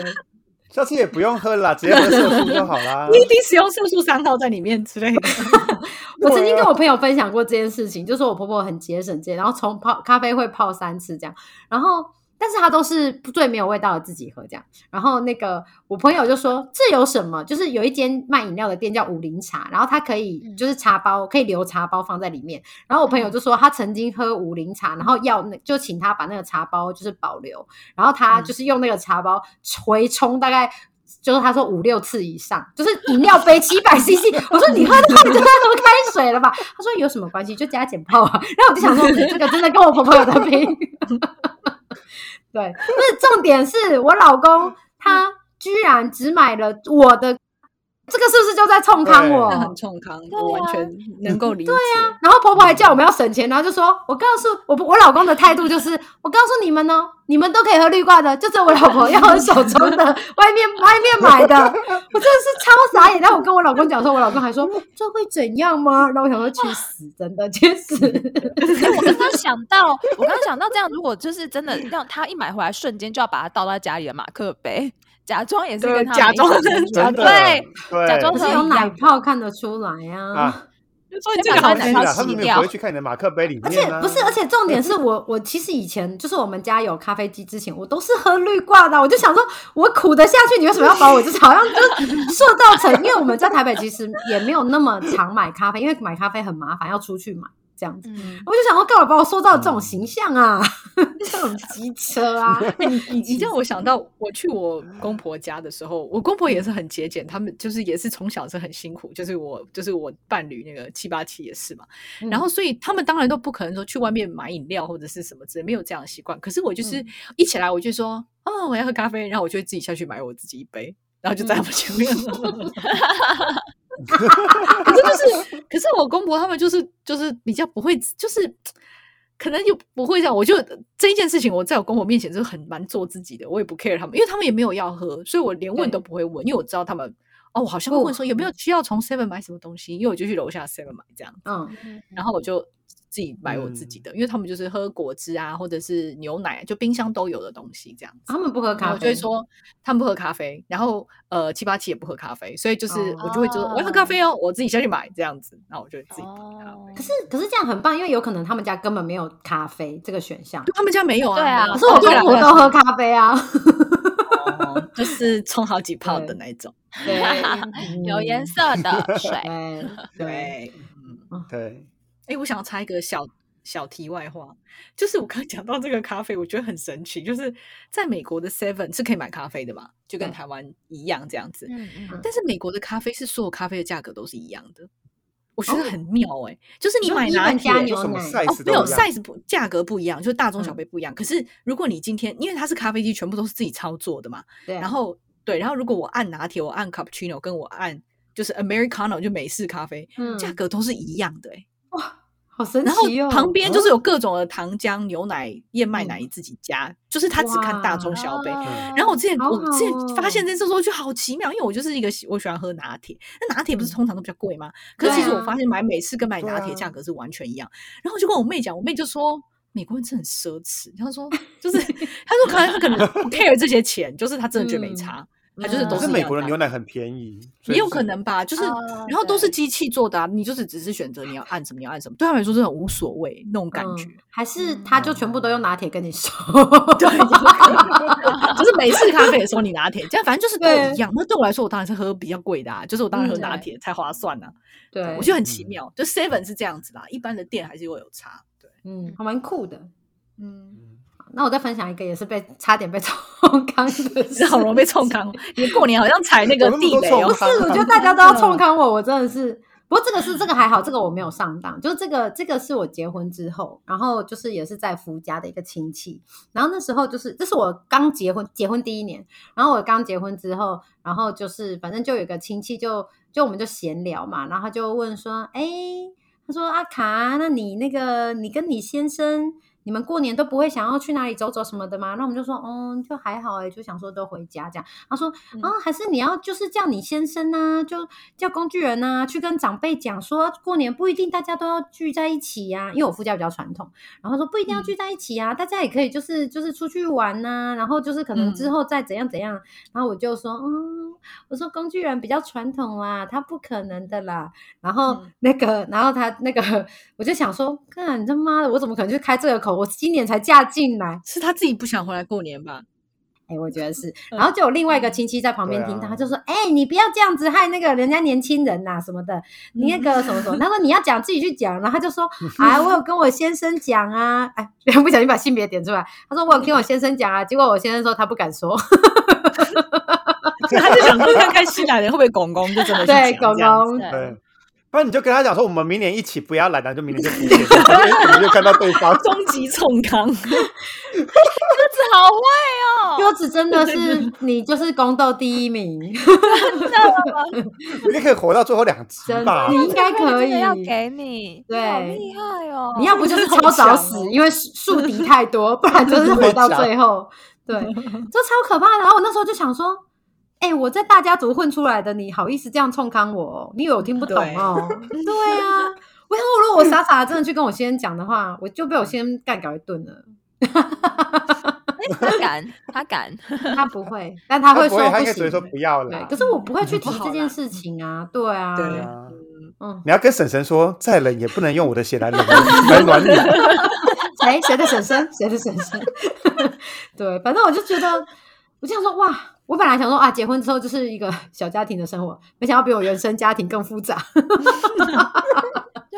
Speaker 1: 颜色，
Speaker 4: 下次也不用喝了啦，直 接喝色素就好啦。
Speaker 3: 你一定使用色素三号在里面之类的。
Speaker 1: 对我曾经跟我朋友分享过这件事情，就说我婆婆很节省这些，然后从泡咖啡会泡三次这样，然后但是她都是最没有味道的自己喝这样。然后那个我朋友就说：“这有什么？就是有一间卖饮料的店叫武林茶，然后它可以
Speaker 2: 嗯
Speaker 1: 就是茶包可以留茶包放在里面。”然后我朋友就说他曾经喝武林茶，然后要那就请他把那个茶包就是保留，然后他就是用那个茶包回冲大概。就是他说五六次以上，就是饮料杯七百 CC。我说你喝到你就喝什么开水了吧？他说有什么关系，就加减泡啊。然后我就想说，你这个真的跟我婆婆有得拼。 对，不是重点是我老公他居然只买了我的这个是不是就在冲康我？
Speaker 3: 那很冲康，我完全能够理解。
Speaker 1: 然后婆婆还叫我们要省钱，然后就说：“我告诉我我老公的态度就是，我告诉你们哦，你们都可以喝绿罐的，就只有我老婆要喝手冲的，外面外面买的。”我真的是超傻眼。然后我跟我老公讲说，我老公还说：“这会怎样吗？”然后我想说：“去死，真的去死！”
Speaker 2: 哎、我刚刚想到，我刚刚想到，这样如果就是真的让他一买回来，瞬间就要把它倒到家里的马克杯，假装也是
Speaker 3: 对
Speaker 2: 跟他
Speaker 3: 假
Speaker 2: 们一起
Speaker 3: 装
Speaker 2: 喝
Speaker 3: 是
Speaker 2: 酒
Speaker 4: 真的
Speaker 2: 对，
Speaker 4: 对，
Speaker 2: 假装
Speaker 1: 可是有奶泡看得出来啊。
Speaker 4: 啊，
Speaker 3: 所以
Speaker 2: 先
Speaker 3: 这
Speaker 2: 把
Speaker 3: 个
Speaker 2: 它
Speaker 3: 好
Speaker 2: 拿
Speaker 3: 像
Speaker 2: 到
Speaker 4: 啊，他
Speaker 2: 洗
Speaker 4: 们没有
Speaker 2: 掉
Speaker 4: 回去看你的马克杯里
Speaker 1: 而且
Speaker 4: 面啊，
Speaker 1: 不是，而且重点是我，我其实以前就是我们家有咖啡机之前，我都是喝绿挂的啊。我就想说，我苦得下去，你为什么要把我就是好像就是塑造成？因为我们在台北其实也没有那么常买咖啡，因为买咖啡很麻烦，要出去买这样子。
Speaker 2: 嗯，
Speaker 1: 我就想说，干嘛把我塑造这
Speaker 4: 嗯
Speaker 1: 种形象啊？ 这种机车 啊，
Speaker 3: 你你让我想到，我去我公婆家的时候，我公婆也是很节俭，他们就是也是从小是很辛苦，就是我就是我伴侣那个七八七也是嘛，
Speaker 1: 嗯
Speaker 3: 然后所以他们当然都不可能说去外面买饮料或者是什么之类，没有这样的习惯。可是我就是
Speaker 1: 嗯
Speaker 3: 一起来我就说，哦，我要喝咖啡，然后我就会自己下去买我自己一杯。然后就
Speaker 1: 嗯
Speaker 3: 在他们前面了， 可是就是，可是我公婆他们就是就是比较不会，就是可能就不会这样。我就这一件事情，我在我公婆面前就是很蛮做自己的，我也不 care 他们，因为他们也没有要喝，所以我连问
Speaker 1: 对
Speaker 3: 都不会问，因为我知道他们哦，我好像会问说有没有需要从 Seven 买什么东西，因为我就去楼下 Seven 买这样，
Speaker 1: 嗯，
Speaker 3: 然后我就自己买我自己的，因为他们就是喝果汁啊，或者是牛奶，啊就冰箱都有的东西这样子。
Speaker 1: 他们不喝
Speaker 3: 然
Speaker 1: 哦咖啡，
Speaker 3: 后我就会说他们不喝咖啡，然后呃七八七也不喝咖啡，所以就是
Speaker 1: 哦
Speaker 3: 我就会觉得我要喝咖啡哦，我自己下去买这样子，然后我就
Speaker 2: 嗯
Speaker 3: 自己买
Speaker 2: 哦
Speaker 3: 咖啡。
Speaker 1: 可是可是这样很棒，因为有可能他们家根本没有咖啡这个选项。
Speaker 3: 他们家没有啊，
Speaker 2: 对啊
Speaker 3: 没有
Speaker 1: 可是我
Speaker 3: 哦对
Speaker 1: 跟
Speaker 3: 啦
Speaker 1: 我
Speaker 3: 对
Speaker 1: 都
Speaker 3: 啦
Speaker 1: 喝咖啡啊，
Speaker 3: 哦就是冲好几泡的
Speaker 1: 对
Speaker 3: 那一种。
Speaker 1: 对，
Speaker 2: 有颜色的水，
Speaker 1: 对对。
Speaker 3: 对，嗯，
Speaker 4: 对，
Speaker 3: 哎，我想要插一个小小题外话，就是我刚讲到这个咖啡，我觉得很神奇，就是在美国的 Seven 是可以买咖啡的嘛，就跟
Speaker 1: 对
Speaker 3: 台湾一样这样子。
Speaker 2: 嗯嗯，
Speaker 3: 但是美国的咖啡是所有咖啡的价格都是一样的，我觉得
Speaker 1: 哦
Speaker 3: 很妙哎、就是你
Speaker 1: 说
Speaker 3: 买
Speaker 1: 一
Speaker 3: 拿
Speaker 1: 人
Speaker 3: 铁
Speaker 1: 加牛
Speaker 4: 有什么
Speaker 1: 奶
Speaker 4: size
Speaker 3: 哦，没
Speaker 4: 都
Speaker 3: 有
Speaker 4: 一样
Speaker 3: size 不价格不一样，就是大中小
Speaker 1: 嗯
Speaker 3: 杯不一样。可是如果你今天因为它是咖啡机，全部都是自己操作的嘛，
Speaker 1: 对，啊
Speaker 3: 然后对，然后如果我按拿铁，我按 cappuccino，跟我按就是 americano 就美式咖啡，价
Speaker 1: 嗯
Speaker 3: 格都是一样的、欸。
Speaker 1: 好神
Speaker 3: 然后
Speaker 1: 奇哦，
Speaker 3: 旁边就是
Speaker 1: 哦嗯
Speaker 3: 有各种的糖浆、牛奶、燕麦奶自己加，就是它只看大
Speaker 2: 嗯
Speaker 3: 中小
Speaker 2: 哦
Speaker 3: 杯。嗯然后我之前、
Speaker 1: 好
Speaker 3: 我之前发现
Speaker 1: 好
Speaker 3: 这件事之后就好奇妙，因为我就是一个喜我喜欢喝拿铁，那拿铁不
Speaker 1: 嗯
Speaker 3: 是通常都比较贵吗？可是
Speaker 1: 对
Speaker 3: 其实我
Speaker 1: 啊
Speaker 3: 发现买美式跟买拿铁
Speaker 4: 对啊
Speaker 3: 价格是完全一样。然后我就跟我妹讲，我妹就说。美国人真的很奢侈，她说就是，她说可能她可能不 care 这些钱，就是她真的觉得没
Speaker 1: 嗯
Speaker 3: 差，她就是
Speaker 1: 嗯
Speaker 3: 都
Speaker 1: 可
Speaker 4: 可
Speaker 3: 是
Speaker 4: 是
Speaker 3: 一
Speaker 4: 美
Speaker 3: 样
Speaker 4: 国的
Speaker 3: 价
Speaker 4: 牛
Speaker 3: 格
Speaker 4: 奶很便宜，所
Speaker 3: 也
Speaker 4: 以
Speaker 3: 有
Speaker 4: 就
Speaker 3: 可
Speaker 4: 是
Speaker 3: 能吧，就是、
Speaker 2: 哦
Speaker 3: 然后都是
Speaker 2: 对
Speaker 3: 机器做的、啊，你就是只是选择你要按什么，你要按什么，对他们来说真的无所谓那种感觉。
Speaker 1: 嗯还是他就全部都用拿铁跟你说，
Speaker 3: 对，有 可能 就是美式咖啡的时候你拿铁，这样反正就是都
Speaker 1: 对
Speaker 3: 一样。那对我来说，我当然是喝比较贵的啊，就是我当然
Speaker 1: 嗯
Speaker 3: 喝拿
Speaker 2: 对
Speaker 3: 铁才划算啊。
Speaker 1: 对，
Speaker 3: 我觉得很奇
Speaker 4: 嗯
Speaker 3: 妙，就 Seven 是这样子啦，一般的店还是会有 差。对，
Speaker 1: 嗯，还蛮酷的。
Speaker 3: 嗯，
Speaker 4: 嗯
Speaker 1: 那我再分享一个，也是被差点 被冲康的
Speaker 3: 是
Speaker 1: 事，
Speaker 3: 好容易被冲 康，你过年好像踩那个
Speaker 4: 我那么
Speaker 3: 地
Speaker 4: 多
Speaker 3: 雷
Speaker 4: 冲啊
Speaker 3: 哦
Speaker 1: 不。是，我觉得大家都要冲康我，我真的是。不过这个是这个还好，这个我没有上当。就这个这个是我结婚之后，然后就是也是在夫家的一个亲戚，然后那时候就是这是我刚结婚结婚第一年，然后我刚结婚之后，然后就是反正就有一个亲戚就就我们就闲聊嘛，然后他就问说，哎，他说阿卡，那你那个你跟你先生。你们过年都不会想要去哪里走走什么的吗？那我们就说，嗯，就还好哎、就想说都回家这样。他说，
Speaker 3: 嗯
Speaker 1: 啊，还是你要就是叫你先生呐、就叫工具人呐、去跟长辈讲说，过年不一定大家都要聚在一起呀、因为我夫家比较传统，然后说不一定要
Speaker 3: 嗯
Speaker 1: 聚在一起呀、大家也可以就是就是出去玩呐、然后就是可能之
Speaker 3: 嗯
Speaker 1: 后再怎样怎样，然后我就说，嗯，我说工具人比较传统啦，他不可能的啦。然后
Speaker 3: 嗯
Speaker 1: 那个，然后他那个，我就想说，看你他妈的，我怎么可能去开这个口？我今年才嫁进来，
Speaker 3: 是他自己不想回来过年 吧？
Speaker 1: 哎、我觉得 是。
Speaker 3: 嗯
Speaker 1: 然后就有另外一个亲戚在旁边
Speaker 4: 对
Speaker 1: 听到，
Speaker 4: 啊
Speaker 1: 他就说：“哎、你不要这样子害那个人家年轻人呐、什么
Speaker 3: 嗯
Speaker 1: 的，你那个什么什么。” 他说：“你要讲自己去讲。”然后他就说：“哎，我有跟我先生讲啊，哎， 不小心把性别点出来。”他说：“我有跟我先生讲啊。”结果我先生说他不敢说，
Speaker 3: 他就想说看看新来的会不会拱拱，就真的去
Speaker 1: 对
Speaker 3: 讲
Speaker 1: 狗
Speaker 3: 这样子
Speaker 1: 狗，
Speaker 4: 对。不然你就跟他讲说，我们明年一起不要来了，就明年就不 见，你就看到对方
Speaker 3: 终极冲康。
Speaker 2: 这好会哦，
Speaker 1: 柚子真的 是你就是宫斗第一名，
Speaker 4: 我就可以活到最后两集
Speaker 1: 真的
Speaker 4: 吧。
Speaker 1: 你应该
Speaker 2: 这个
Speaker 1: 可
Speaker 2: 真
Speaker 1: 以
Speaker 2: 的。要给你，
Speaker 1: 对
Speaker 2: 你好厉害哦！
Speaker 1: 你要不就是超早死，因为树敌太多，不然就是活到最后。对，这超可怕的。然后我那时候就想说，哎、我在大家族混出来的，你好意思这样冲康我、哦？你以为我听不懂哦？对啊，我想说，如果我傻傻的真的去跟我先生讲的话，我就被我先生干搞一顿了。
Speaker 2: 哎他敢，他敢，
Speaker 1: 他不会，但他会
Speaker 4: 不
Speaker 1: 说
Speaker 4: 会，他应该
Speaker 1: 行
Speaker 4: 只会说 不嗯要
Speaker 1: 对，
Speaker 4: 啦。
Speaker 1: 可是我不会去提
Speaker 3: 不好
Speaker 1: 这件
Speaker 3: 啦
Speaker 1: 事情啊。对啊，
Speaker 3: 对
Speaker 4: 啊
Speaker 1: 嗯，
Speaker 4: 你要跟婶婶说，再冷也不能用我的血来冷来暖你。
Speaker 1: 哎谁谁的婶婶，谁的婶婶， 对，反正我就觉得，我就想说，哇，我本来想说啊，结婚之后就是一个小家庭的生活，没想到比我原生家庭更复杂。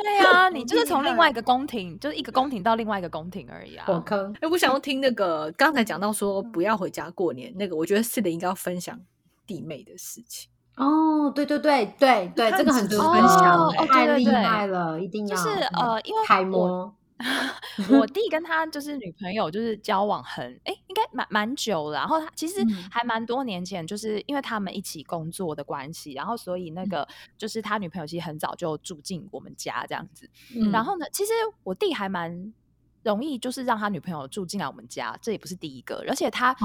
Speaker 2: 对啊，你就是
Speaker 3: 厉
Speaker 2: 从另
Speaker 3: 害哦
Speaker 2: 外一个宫廷，就是一个宫廷到另外一个宫廷而已啊。
Speaker 1: 火 坑，
Speaker 3: 哎、我想要听那个刚才讲到说不要回家过年那个，我觉得是的，应该要分享弟妹的事情。
Speaker 1: 哦，对对对对对，
Speaker 3: 它
Speaker 1: 这个
Speaker 3: 很
Speaker 1: 很
Speaker 3: 值
Speaker 1: 值
Speaker 3: 得
Speaker 1: 得
Speaker 3: 分享
Speaker 1: 哦
Speaker 2: 哎
Speaker 1: 太
Speaker 2: 对对
Speaker 1: 厉
Speaker 2: 对
Speaker 1: 害了，一定要
Speaker 2: 就是
Speaker 1: 嗯
Speaker 2: 呃，因为
Speaker 1: 楷
Speaker 2: 我
Speaker 1: 模，
Speaker 2: 我弟跟他就是女朋友，就是交往很哎、应该蛮蛮久了。然后他其实
Speaker 3: 嗯
Speaker 2: 还蛮多年前，就是因为他们一起工作的关系，然后所以那个就是他女朋友其实很早就住进我们家这样子。
Speaker 1: 嗯
Speaker 2: 然后呢，其实我弟还蛮容易，就是让他女朋友住进来我们家，这也不是第一个。而且他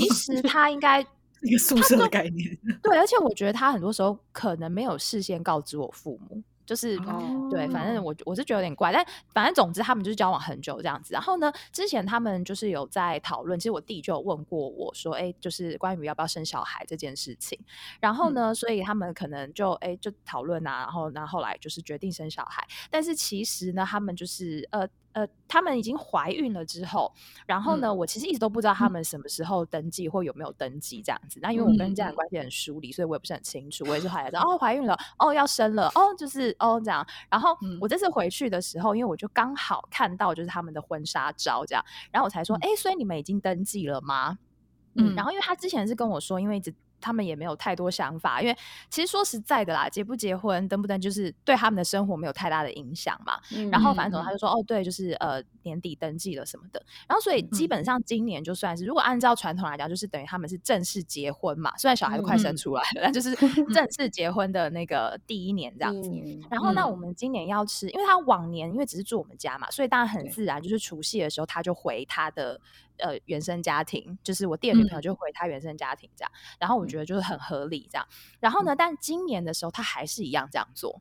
Speaker 2: 其实他应该
Speaker 3: 一个宿舍的概念，
Speaker 2: 对，而且我觉得他很多时候可能没有事先告知我父母，就是
Speaker 3: 哦
Speaker 2: 对，反正我我是觉得有点怪，但反正总之他们就是交往很久这样子。然后呢，之前他们就是有在讨论，其实我弟就有问过我说，哎，就是关于要不要生小孩这件事情。然后
Speaker 3: 嗯
Speaker 2: 呢，所以他们可能就哎就讨论啊，然后那后来就是决定生小孩。但是其实呢，他们就是呃呃，他们已经怀孕了之后，然
Speaker 3: 嗯
Speaker 2: 后呢，我其实一直都不知道他们什么时候登记或有没有登记这样子。那因为我跟家
Speaker 3: 嗯
Speaker 2: 人关系很疏离，所以我也不是很清楚。我也是后来知道哦，怀孕了，哦要生了，哦就是哦这样。然后
Speaker 3: 嗯
Speaker 2: 我这次回去的时候，因为我就刚好看到就是他们的婚纱照这样，然后我才说，哎、所以你们已经登记了吗？
Speaker 3: 嗯
Speaker 2: 然后因为他之前是跟我说，因为一直他们也没有太多想法，因为其实说实在的啦，结不结婚、登不登，就是对他们的生活没有太大的影响嘛。
Speaker 1: 嗯
Speaker 3: 嗯
Speaker 2: 然后反正总之他就说，哦，对，就是呃年底登记了什么的。然后所以基
Speaker 3: 嗯
Speaker 2: 本上今年就算是，如果按照传统来讲，就是等于他们是正式结婚嘛，虽然小孩都快
Speaker 3: 嗯
Speaker 2: 生出来了，但就是 正式结婚的那个第一年这样
Speaker 1: 一
Speaker 2: 子。
Speaker 1: 年
Speaker 2: 然后那
Speaker 3: 嗯
Speaker 2: 我们今年要吃，因为他往年因为只是住我们家嘛，所以当然很
Speaker 3: 对
Speaker 2: 自然，就是除夕的时候他就回他的呃原生家庭，就是我弟的女朋友
Speaker 3: 嗯
Speaker 2: 就回他原生家庭这样。然后我觉得就是很合理这样。然后呢，但今年的时候他还是一样这样做，